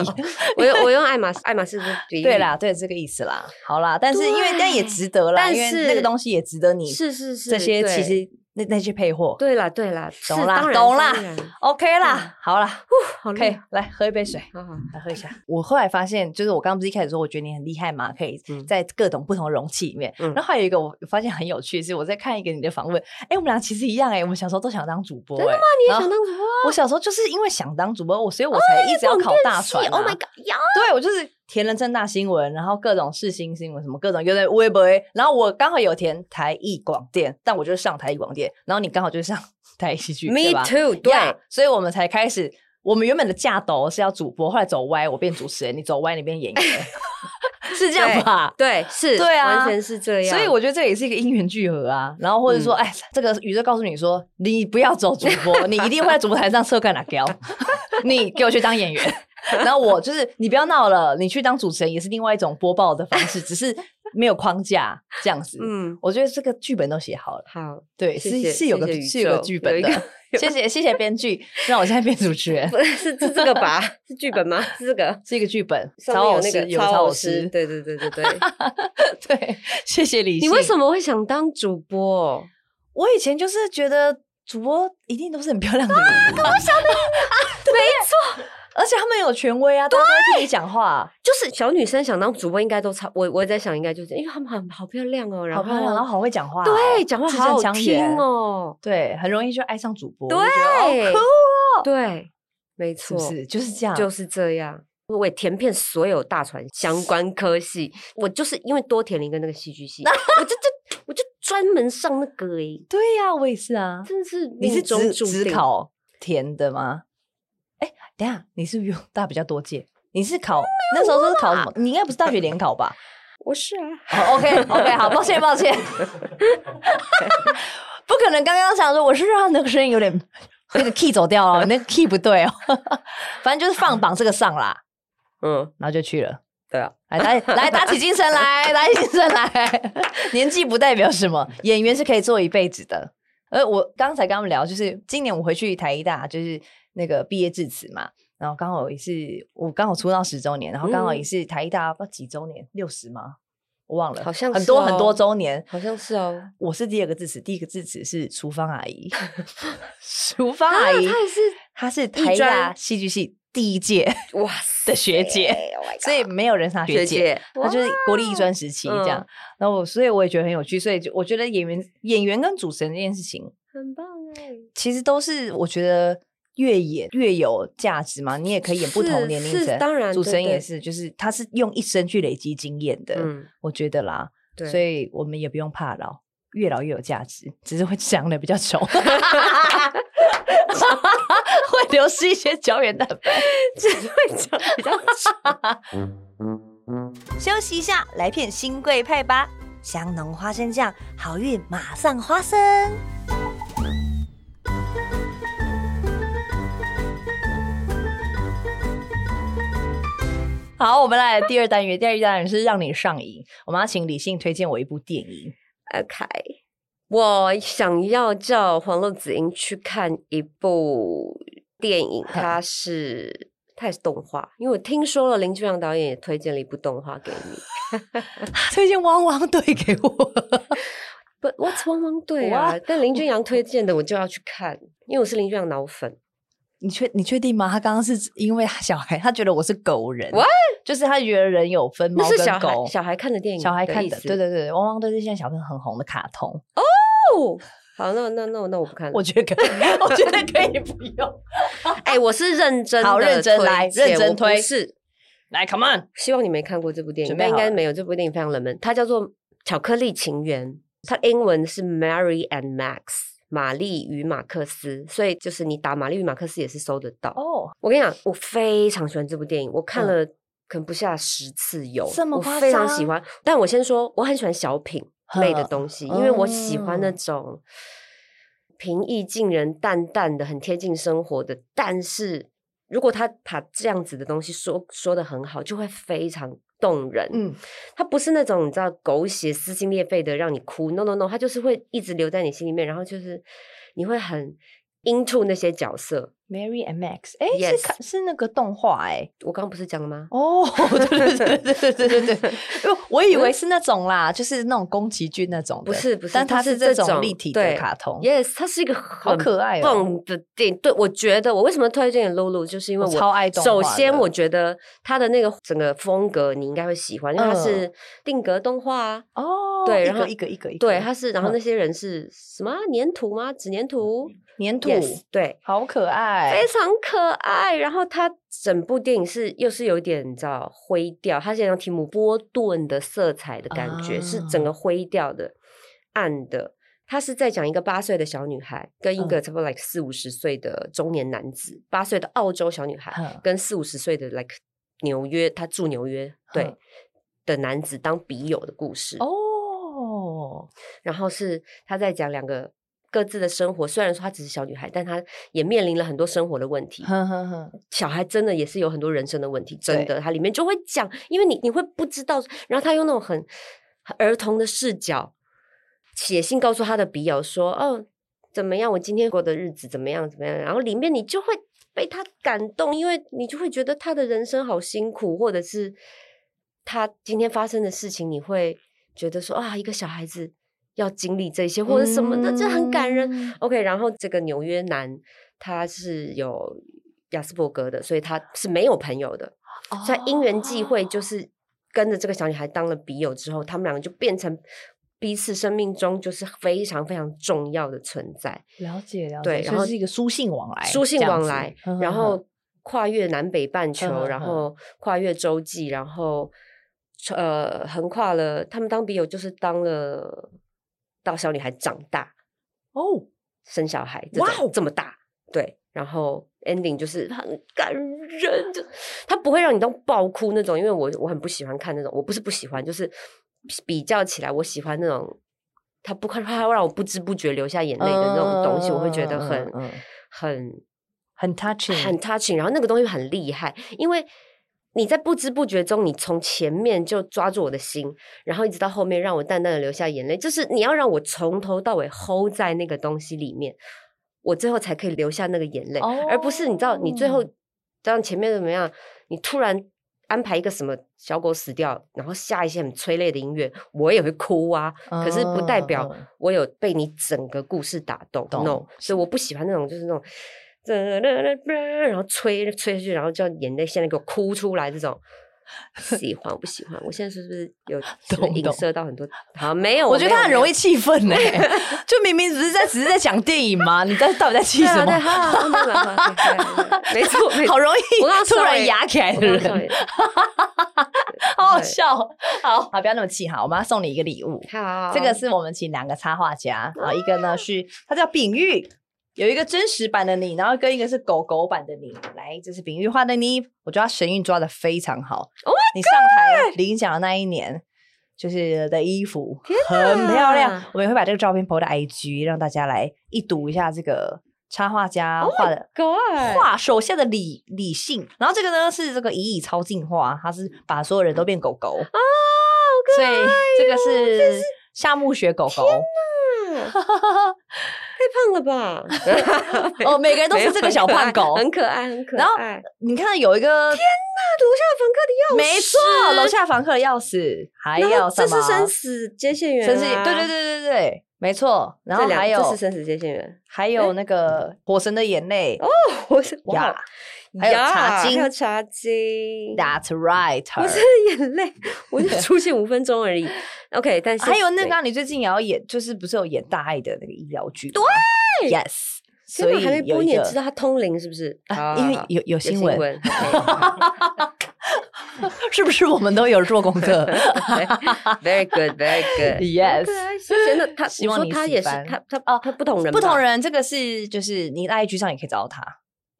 Speaker 3: 我用我用爱马仕，爱马仕是比喻
Speaker 2: 对，啦，对这个意思啦。好啦，但是因为但也值得啦，
Speaker 3: 但
Speaker 2: 因为
Speaker 3: 是
Speaker 2: 那个东西也值得你
Speaker 3: 是是是，
Speaker 2: 这些
Speaker 3: 对
Speaker 2: 其实那那些配货。
Speaker 3: 对啦对啦，是
Speaker 2: 懂啦
Speaker 3: 当然
Speaker 2: 懂啦
Speaker 3: 当然
Speaker 2: OK 啦，好啦，
Speaker 3: 好
Speaker 2: 可
Speaker 3: 累
Speaker 2: 以，来喝一杯水。
Speaker 3: 好好
Speaker 2: 来喝一下。我后来发现，就是我刚刚不是一开始说，我觉得你很厉害嘛，可以
Speaker 3: 嗯
Speaker 2: 在各种不同的容器里面。
Speaker 3: 嗯
Speaker 2: 然后还有一个我发现很有趣的是，我在看一个你的访问，哎、我们俩其实一样哎、我们小时候都想当主播、
Speaker 3: 真的
Speaker 2: 吗？
Speaker 3: 你也
Speaker 2: 然
Speaker 3: 想
Speaker 2: 后
Speaker 3: 当哦主播啊？
Speaker 2: 我小时候就是因为想当主播，我所以我才一直要考大船、啊。
Speaker 3: ？Oh my god，呀！
Speaker 2: 对，我就是填了正大新闻，然后各种世新新闻，什么各种有点微博，然后我刚好有填台艺广电，但我就上台艺广电，然后你刚好就上 台艺戏剧对
Speaker 3: Me
Speaker 2: 吧
Speaker 3: too，对
Speaker 2: 呀所以我们才开始。我们原本的架斗是要主播，后来走歪，我变主持人；你走歪，你变演 员，是这样吧？
Speaker 3: 对是，
Speaker 2: 对啊
Speaker 3: 完全是这样。
Speaker 2: 所以我觉得这也是一个因缘聚合啊。然后或
Speaker 3: 嗯
Speaker 2: 者说，哎、这个宇宙告诉你说，你不要走主 播，你一定会在主播台上侧干哪高， 你给我去当演 员。然后我就是你不要闹了，你去当主持人也是另外一种播报的方 式，只是没有框架这样子。
Speaker 3: 嗯
Speaker 2: 我觉得这个剧本都写好了，
Speaker 3: 好，
Speaker 2: 对，
Speaker 3: 谢
Speaker 2: 是
Speaker 3: 谢
Speaker 2: 是有个
Speaker 3: 谢谢宇
Speaker 2: 是有个
Speaker 3: 宙
Speaker 2: 剧
Speaker 3: 有
Speaker 2: 本
Speaker 3: 一个
Speaker 2: 的。 谢谢谢谢编剧，让我现在变主持人，
Speaker 3: 不是是这个 吧？是剧本吗？是这个。
Speaker 2: 是一个剧本。
Speaker 3: 上
Speaker 2: 曹
Speaker 3: 面有
Speaker 2: 老
Speaker 3: 那
Speaker 2: 师
Speaker 3: 个
Speaker 2: 有
Speaker 3: 超
Speaker 2: 曹
Speaker 3: 偶
Speaker 2: 老师，
Speaker 3: 对对对对对。
Speaker 2: 对，谢谢李。
Speaker 3: 你为什么会想当主播？
Speaker 2: 我以前就是觉得主播一定都是很漂亮的人，啊、跟我想 的没错，而且他们有权威啊，大家都会听你讲话，
Speaker 3: 就是小女生想当主播，应该都差。我我在想，应该就是因为她们很好漂亮哦，然
Speaker 2: 好
Speaker 3: 后
Speaker 2: 漂亮，然后好会讲话哦、
Speaker 3: 对讲话
Speaker 2: 字
Speaker 3: 好
Speaker 2: 正
Speaker 3: 好
Speaker 2: 腔
Speaker 3: 听
Speaker 2: 圆，
Speaker 3: 哦，
Speaker 2: 对，很容易就爱上主播，
Speaker 3: 对
Speaker 2: 我就觉得哦，
Speaker 3: 对，没
Speaker 2: 是
Speaker 3: 错，
Speaker 2: 不是就是这样？
Speaker 3: 就是这样。我也填遍所有大船相关科系，我就是因为多填了一个那个戏剧系，我就就我就专门上那个诶、
Speaker 2: 对呀、我也是啊。
Speaker 3: 真的是
Speaker 2: 你是
Speaker 3: 命中
Speaker 2: 只
Speaker 3: 注
Speaker 2: 只
Speaker 3: 定
Speaker 2: 考填的吗？哎，等一下，你是不是比我大比较多届？你是考那时候是考什么？你应该不是大学联考吧？
Speaker 3: 我是啊，
Speaker 2: 哦，OK OK，好，抱歉抱歉，不可能。刚刚想说，我是让那个声音有点那个 key 走掉了，那个 key 不对哦。 反正就是放榜这个上啦，
Speaker 3: 嗯，
Speaker 2: 然后就去了。
Speaker 3: 对啊，
Speaker 2: 来来来，打起精神来，打起精神来。 年纪不代表什么，演员是可以做一辈子的。而我刚才跟他们聊，就是今年我回去台医大，就是那个毕业致辞嘛。然后刚好也是我刚好出道十周年，然后刚好
Speaker 3: 嗯
Speaker 2: 也是台医大不知道几周年，六十吗？我忘了，
Speaker 3: 好像
Speaker 2: 很
Speaker 3: 是
Speaker 2: 多
Speaker 3: 哦
Speaker 2: 很多周年，
Speaker 3: 好像是哦，
Speaker 2: 我是第二个致辞，第一个致辞是厨房阿 姨，厨房阿姨，
Speaker 3: 啊她也是
Speaker 2: 她是台
Speaker 3: 专
Speaker 2: 大戏剧系第一届
Speaker 3: 哇
Speaker 2: 的
Speaker 3: 塞
Speaker 2: 学姐，
Speaker 3: ，Oh my
Speaker 2: 所以
Speaker 3: god
Speaker 2: 没有人是她学姐，她啊就是国立艺专时期这样
Speaker 3: 嗯。
Speaker 2: 然后我所以我也觉得很有趣，所以就我觉得演员演员跟主持人这件事情，
Speaker 3: 很棒哎，
Speaker 2: 其实都是我觉得。越演越有价值嘛，你也可以演不同
Speaker 3: 是
Speaker 2: 年龄
Speaker 3: 是
Speaker 2: 层，
Speaker 3: 当然
Speaker 2: 主
Speaker 3: 对
Speaker 2: 持人也
Speaker 3: 对
Speaker 2: 是，就是他是用一生去累积经验的，
Speaker 3: 嗯，
Speaker 2: 我觉得啦，
Speaker 3: 对，
Speaker 2: 所以我们也不用怕老，越老越有价值，只是会长得比较 丑， 会流失一些胶原蛋白。
Speaker 1: 休息一下，来片新贵派吧。香浓花生酱，好运马上花生。
Speaker 2: 好，我们来第二单元，第二单元是让你上瘾。我们要请理性推荐我一部电影，
Speaker 3: OK，我想要叫黄璐子英去看一部 电影，它是它也是动画，因为我听说了林俊阳导演也推荐了一部动画给你。
Speaker 2: 推荐汪汪队给我。
Speaker 3: 不，What's 汪汪队啊？但林俊阳推荐的我就要去看，因为我是林俊阳脑粉。
Speaker 2: 你确你确定吗？他刚刚是因为小孩，他觉得我是狗人
Speaker 3: What？
Speaker 2: 就是他觉得人有分猫
Speaker 3: 那是小
Speaker 2: 跟
Speaker 3: 孩
Speaker 2: 狗，
Speaker 3: 小孩看的电影
Speaker 2: 小孩看
Speaker 3: 意
Speaker 2: 的，
Speaker 3: 思
Speaker 2: 对对对，汪汪队是现在小朋友很红的卡通，
Speaker 3: 哦，好，那那那那我不看了。
Speaker 2: 我觉得可以，我觉得可以不用。
Speaker 3: 哎、我是认真的，
Speaker 2: 好认真来认真推
Speaker 3: 是
Speaker 2: 来，Come on，
Speaker 3: 希望你没看过这部电影，
Speaker 2: 准备
Speaker 3: 但应该
Speaker 2: 好了
Speaker 3: 没有。这部电影非常冷门，它叫做《巧克力情缘》，它英文是 Mary and Max，玛丽与马克思，所以就是你打玛丽与马克思也是搜得到。
Speaker 2: 哦，
Speaker 3: 我跟你讲，我非常喜欢这部电影，我看
Speaker 2: 嗯
Speaker 3: 了可能不下十次有，
Speaker 2: 这么
Speaker 3: 我
Speaker 2: 夸
Speaker 3: 非常
Speaker 2: 张
Speaker 3: 喜欢。但我先说，我很喜欢小品类的
Speaker 2: 呵
Speaker 3: 东西，因为我喜欢那
Speaker 2: 哦
Speaker 3: 种平易近人、淡淡的、很贴近生活的。但是如果他把这样子的东西说说的很好，就会非常动人。
Speaker 2: 嗯，
Speaker 3: 它不是那种你知道狗血撕心裂肺的让你哭，no no no，它就是会一直留在你心里面，然后就是你会很 into 那些角色。
Speaker 2: Mary and Max，哎、
Speaker 3: Yes
Speaker 2: 是卡是那个动画哎、
Speaker 3: 我刚刚不是讲了吗？
Speaker 2: 哦，对对对对对对对对，因为我以为是那种啦，就是那种宫崎骏那种的，
Speaker 3: 不是不是，
Speaker 2: 哦但它
Speaker 3: 是
Speaker 2: 这
Speaker 3: 种
Speaker 2: 种立体的
Speaker 3: 对
Speaker 2: 卡通，
Speaker 3: Yes，它是一个好
Speaker 2: 好可爱哦、
Speaker 3: 棒的电影。对，我觉得我为什么推荐你露露，就是因为
Speaker 2: 我超爱动画
Speaker 3: 首先，
Speaker 2: 的
Speaker 3: 我觉得它的那个整个风格你应该会喜欢，因为它
Speaker 2: 嗯
Speaker 3: 是定格动画啊。
Speaker 2: 哦，
Speaker 3: 对
Speaker 2: 一
Speaker 3: 然
Speaker 2: 个
Speaker 3: 后
Speaker 2: 一个一个一个，
Speaker 3: 对，它是，然后
Speaker 2: 嗯
Speaker 3: 那些人是什么啊粘土吗？纸粘土
Speaker 2: 粘土
Speaker 3: Yes，对，
Speaker 2: 好可爱
Speaker 3: 非，常可爱。然后它整部电影是又是有点你知道灰调，它是有一种提姆波顿的色彩的感觉，是整
Speaker 2: 啊
Speaker 3: 个灰调的、暗的。它是在讲一个八岁的小女孩跟一个
Speaker 2: 嗯
Speaker 3: 差不多 like 四五十岁的中年男子，八岁的澳洲小女孩
Speaker 2: 嗯
Speaker 3: 跟四五十岁的 like 纽约，他住纽约对
Speaker 2: 嗯
Speaker 3: 的男子当笔友的故事。
Speaker 2: 哦，
Speaker 3: 然后是她在讲两个各自的生活，虽然说她只是小女孩，但她也面临了很多生活的问题。
Speaker 2: 哼哼哼，
Speaker 3: 小孩真的也是有很多人生的问题，真
Speaker 2: 对
Speaker 3: 的，它里面就会讲，因为你你会不知道，然后他用那种很很儿童的视角写信告诉他的笔友说，哦，怎么样，我今天过的日子怎么样怎么样，然后里面你就会被他感动，因为你就会觉得他的人生好辛苦，或者是他今天发生的事情，你会觉得说啊，一个小孩子要经历这些或者什么的，这很感人。
Speaker 2: 嗯
Speaker 3: OK，然后这个纽约男他是有亚斯伯格的，所以他是没有朋友的，所以他因缘际会
Speaker 2: 哦
Speaker 3: 就是跟着这个小女孩当了笔友之后，他们两个就变成彼此生命中就是非常非常重要的存在，
Speaker 2: 了解了解，
Speaker 3: 对然
Speaker 2: 所以
Speaker 3: 后
Speaker 2: 是一个书信往来，
Speaker 3: 书信
Speaker 2: 这样
Speaker 3: 往
Speaker 2: 子
Speaker 3: 来，
Speaker 2: 哼嗯哼
Speaker 3: 然
Speaker 2: 哼嗯
Speaker 3: 后跨越南北半球，
Speaker 2: 哼
Speaker 3: 然
Speaker 2: 哼
Speaker 3: 后跨越洲际，然后呃横跨了，他们当笔友就是当了到小女孩长大，
Speaker 2: 哦，
Speaker 3: 生小孩，这种
Speaker 2: 哇哦
Speaker 3: 这么大，对，然后 ending 就是很感人，就他不会让你都爆哭那种，因为我我很不喜欢看那种，我不是不喜欢，就是比较起来，我喜欢那种他不快他会让我不知不觉流下眼泪的那种东西，我会觉得很、
Speaker 2: 嗯嗯嗯嗯嗯
Speaker 3: 很
Speaker 2: 很 touching，
Speaker 3: 很 touching，然后那个东西很厉害，因为你在不知不觉中，你从前面就抓住我的心，然后一直到后面让我淡淡的流下眼泪，就是你要让我从头到尾 hold 在那个东西里面，我最后才可以流下那个眼泪，而不是你知道你最后
Speaker 2: 哦
Speaker 3: 让前面怎么样，你突然。安排一个什么小狗死掉，然后下一些很催泪的音乐，我也会哭啊。可是不代表
Speaker 2: 嗯嗯
Speaker 3: 我有被你整个故事打动。
Speaker 2: 懂
Speaker 3: no，所以我不喜欢那种就是那种，然后吹吹下去，然后叫眼泪现在给我哭出来这种。喜欢不喜欢？我现在是不是 有是不是
Speaker 2: 懂
Speaker 3: 影
Speaker 2: 懂
Speaker 3: 射到很多？好，没有，
Speaker 2: 我觉得
Speaker 3: 没有
Speaker 2: 他很容易。
Speaker 3: 没
Speaker 2: 气愤 呢，就明明只是在只是在讲电影嘛，你在到底在气
Speaker 3: 有对
Speaker 2: 什
Speaker 3: 啊，
Speaker 2: 么？
Speaker 3: 对，好好好好好好好好没错，没错
Speaker 2: 好。容易
Speaker 3: 我刚刚
Speaker 2: 突然
Speaker 3: sorry，
Speaker 2: 压起来
Speaker 3: 我
Speaker 2: 的
Speaker 3: 刚刚
Speaker 2: 人，
Speaker 3: sorry
Speaker 2: 好好
Speaker 3: 对
Speaker 2: 笑。好好，不要那么气哈，我们要送你一个礼物。
Speaker 3: 好，嗯
Speaker 2: 这个是我们请两个插画家，然后一个呢是它叫丙玉，有一个真实版的你，然后跟一个是狗狗版的你。来，这是丙玉画的你，我觉得他神韵抓的非常好。
Speaker 3: Oh
Speaker 2: 你上台领奖的那一年。就是的衣服很漂亮
Speaker 3: 哪，
Speaker 2: 我们也会把这个照片 PO 到 IG，让大家来一睹一下这个插画家
Speaker 3: Oh my
Speaker 2: 画的
Speaker 3: God，
Speaker 2: 画手下的理理性，然后这个呢是这个以以超进化，它是把所有人都变狗狗啊，所以这个
Speaker 3: 哦
Speaker 2: 是夏目学狗狗
Speaker 3: 嗯太胖了 吧？
Speaker 2: 哦，每个人都
Speaker 3: 没有
Speaker 2: 是这个小胖狗。
Speaker 3: 很可爱，很可爱。
Speaker 2: 然后
Speaker 3: 那
Speaker 2: 你看有一个，
Speaker 3: 楼下房客的钥匙，
Speaker 2: 没错，楼下房客的钥匙，还
Speaker 3: 然
Speaker 2: 有
Speaker 3: 后
Speaker 2: 什
Speaker 3: 这
Speaker 2: 么？
Speaker 3: 是生死接线员、啊，
Speaker 2: 生死，对对对对对，没错。然后
Speaker 3: 这两
Speaker 2: 还有
Speaker 3: 这是嗯生死接线员，
Speaker 2: 还有那个《火神的眼泪》
Speaker 3: 哦我是哇
Speaker 2: 呀，还有
Speaker 3: 呀
Speaker 2: 茶
Speaker 3: 还有
Speaker 2: 经
Speaker 3: 茶经，
Speaker 2: ，That's right，
Speaker 3: 我真的眼泪， 我就出现五分钟而已。OK，但是
Speaker 2: 还有那个
Speaker 3: 对
Speaker 2: 啊你最近也要演，就是不是有演大爱的那个医疗剧？对，Yes。
Speaker 3: 天
Speaker 2: 所
Speaker 3: 哪
Speaker 2: 以
Speaker 3: 还没
Speaker 2: 有
Speaker 3: 播，你
Speaker 2: 一
Speaker 3: 也
Speaker 2: 个
Speaker 3: 知道他通灵是不是？
Speaker 2: 啊
Speaker 3: 好
Speaker 2: 因为
Speaker 3: 好好
Speaker 2: 有有
Speaker 3: 有
Speaker 2: 新
Speaker 3: 新
Speaker 2: 闻，
Speaker 3: 闻，OK，
Speaker 2: 是不是我们都有做功课？
Speaker 3: 对 Very good，Very good。
Speaker 2: Yes
Speaker 3: 对啊谢谢。那 他，
Speaker 2: 希
Speaker 3: 你
Speaker 2: 望
Speaker 3: 说
Speaker 2: 你
Speaker 3: 他
Speaker 2: 喜
Speaker 3: 也是
Speaker 2: 欢
Speaker 3: 他他哦，他不 同人，
Speaker 2: 不同。人，这个是就是你在 IG 上也可以找到他。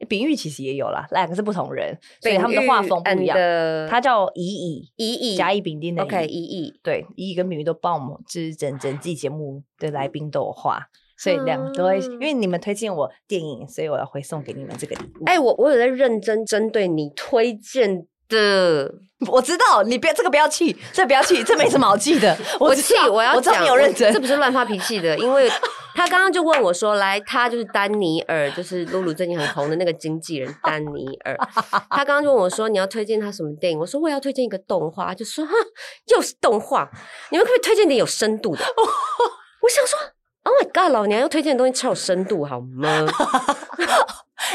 Speaker 2: 比喻其实也有啦，两个是不同人，所以他们的画风不一样。他
Speaker 3: 他
Speaker 2: 叫乙乙，
Speaker 3: 呃乙乙
Speaker 2: 甲乙丙丁的乙
Speaker 3: OK 乙乙，
Speaker 2: 对，乙乙跟丙乙都帮我们，就是整整季节目的来宾都有画，所以两个都会。
Speaker 3: 嗯
Speaker 2: 因为你们推荐我电影，所以我要回送给你们这个礼物。
Speaker 3: 哎，我我有在认真针对你推荐的，
Speaker 2: 我知道你别这个不要气，这不要气，这没什么好气的。我知
Speaker 3: 气
Speaker 2: 道，
Speaker 3: 我要
Speaker 2: 我知道
Speaker 3: 讲，
Speaker 2: 你有认真
Speaker 3: 这，不是乱发脾气的，因 为他刚刚就问我说，来，他就是丹尼尔，就是露露最近很红的那个经纪人丹尼 尔，他刚刚就问我说，你要推荐他什么电影？我说我要推荐一个动画，他就说哈，又是动画，你们可不可以推荐点有深度的？
Speaker 2: 哦
Speaker 3: 我想说。Oh my god！老娘要推荐的东西超有深度，好吗？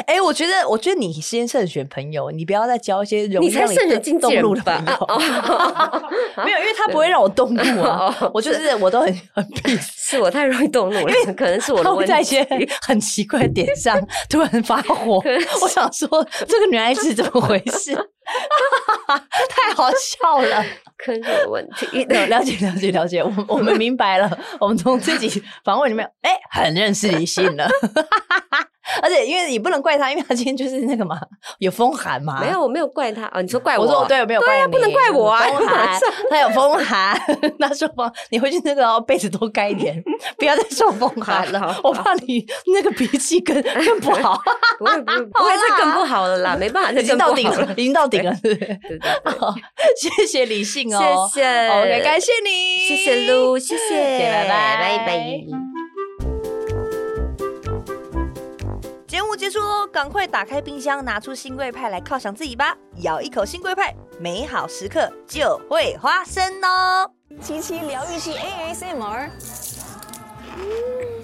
Speaker 2: 哎、我觉得，我觉得你先慎选朋友，你不要再交一些容易
Speaker 3: 你才
Speaker 2: 让
Speaker 3: 慎选
Speaker 2: 动
Speaker 3: 经纪
Speaker 2: 动怒的
Speaker 3: 人
Speaker 2: 朋
Speaker 3: 吧？
Speaker 2: 友。
Speaker 3: 哦
Speaker 2: 没有，因为他不会 让我动怒啊
Speaker 3: 哦。
Speaker 2: 我就是我都很很 peace，
Speaker 3: 是我太容易动怒了，可能是我
Speaker 2: 他
Speaker 3: 的
Speaker 2: 会
Speaker 3: 问
Speaker 2: 在一些
Speaker 3: 题。
Speaker 2: 很奇怪的点上突然发火。我想说，这个女孩子怎么回事？ 太好笑了！
Speaker 3: 可能是我的问 题。
Speaker 2: 了了解了解了解，我们我们明白了。我们从自己访问里面，哎、很认识李信了。 而且，因为你不能怪他，因为他今天就是那个嘛，有风寒嘛，
Speaker 3: 没有，我没有怪他啊、哦！你说怪
Speaker 2: 我
Speaker 3: 我
Speaker 2: 说我对，没有怪
Speaker 3: 啊
Speaker 2: 你
Speaker 3: 不能怪我啊，
Speaker 2: 风寒他有风寒，他说风，你回去那个、哦、被子多盖一点，不要再受风寒
Speaker 3: 好
Speaker 2: 了
Speaker 3: 好，
Speaker 2: 我怕你那个脾气 更更不好，
Speaker 3: 不会不会，不会这更不好了啦，没办法，这
Speaker 2: 啊已经
Speaker 3: 更
Speaker 2: 到
Speaker 3: 不
Speaker 2: 顶
Speaker 3: 好
Speaker 2: 了，
Speaker 3: 了。
Speaker 2: 已经到顶了，对不对？
Speaker 3: 对对对，
Speaker 2: 好，谢谢理性哦，
Speaker 3: 谢谢
Speaker 2: OK，感谢你，
Speaker 3: 谢谢露，谢谢，
Speaker 2: 拜拜
Speaker 3: 拜拜。
Speaker 1: 节目结束喽，赶快打开冰箱，拿出新贵派来犒赏自己吧！咬一口新贵派，美好时刻就会发生哦。
Speaker 4: 七七疗愈系 ASMR。嗯，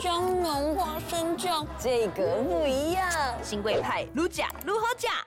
Speaker 4: 蟑螂花生酱这个不一样。
Speaker 1: 新贵派，如假如何假？